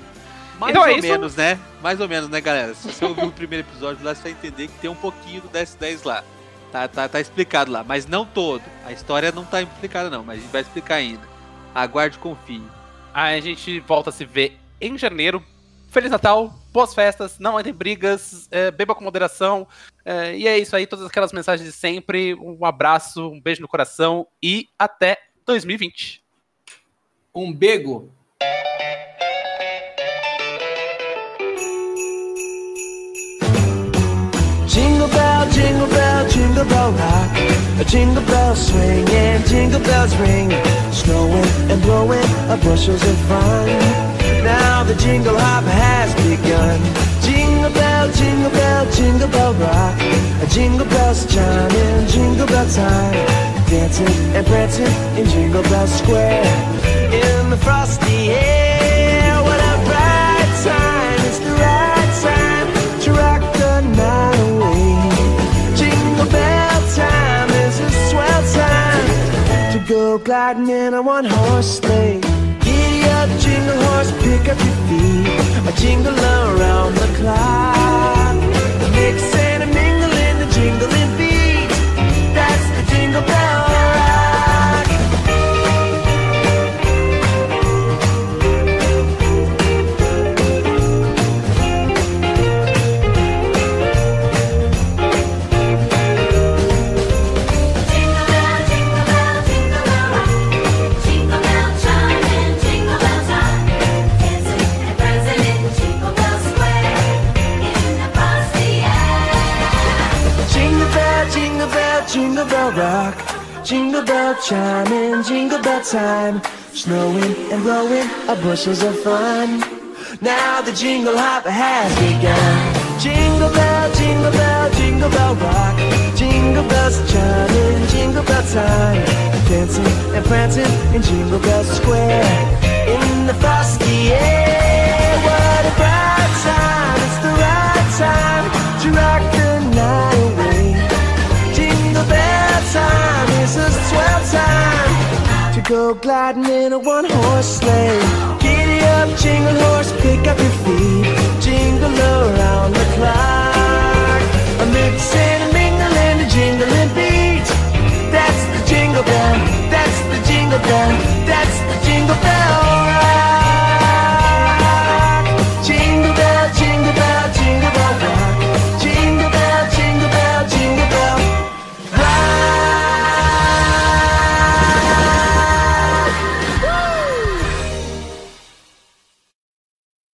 [SPEAKER 6] Mais
[SPEAKER 3] Então
[SPEAKER 6] ou
[SPEAKER 3] é isso.
[SPEAKER 6] menos, né? Mais ou menos, né, galera? Se você ouviu o primeiro episódio lá, você vai entender que tem um pouquinho do 1010 lá. Tá, tá, tá explicado lá, mas não todo. A história não tá explicada, não, mas a gente vai explicar ainda. Aguarde e confie.
[SPEAKER 3] Aí a gente volta a se ver em janeiro. Feliz Natal, boas festas, não entre brigas, é, beba com moderação. É, e é isso aí, todas aquelas mensagens de sempre. Um abraço, um beijo no coração e até 2020.
[SPEAKER 4] Um bego.
[SPEAKER 2] Jingle bell, jingle bell, jingle bell rock. A jingle bell swing and jingle bells ring. Snowing and blowing a bushels of fun. Now the jingle hop has begun. Jingle bell, jingle bell, jingle bell rock. A jingle bells chime in jingle bell time. Dancing and prancing in Jingle Bell Square. In the frosty air, what a bright time! It's the right time to rock the night away. Jingle bell time is a swell time to go gliding in a one horse sleigh. Giddy up, jingle horse, pick up your feet. A jingle around the clock. Mix and a mingle in the jingling beat. That's the jingle bell rock.
[SPEAKER 9] Jingle bell, jingle bell, jingle bell rock. Jingle bell chime and jingle bell time. Dancing and prancing in Jingle Bell Square in the frosty air.
[SPEAKER 2] Jingle bell, jingle bell, jingle bell rock. Jingle bell chime in, jingle bell time. Snowing and blowing are bushels of fun. Now the jingle hop has begun. Jingle bell, jingle bell, jingle bell rock. Jingle bells chime in, jingle bell time. Dancing and prancing in Jingle Bell Square. In the frosty air, what a bright time! It's the right time to rock the night away. Jingle bell time is a swell time to go gliding in a one-horse sleigh. Giddy up, jingle horse, pick up your feet, jingle around the clock.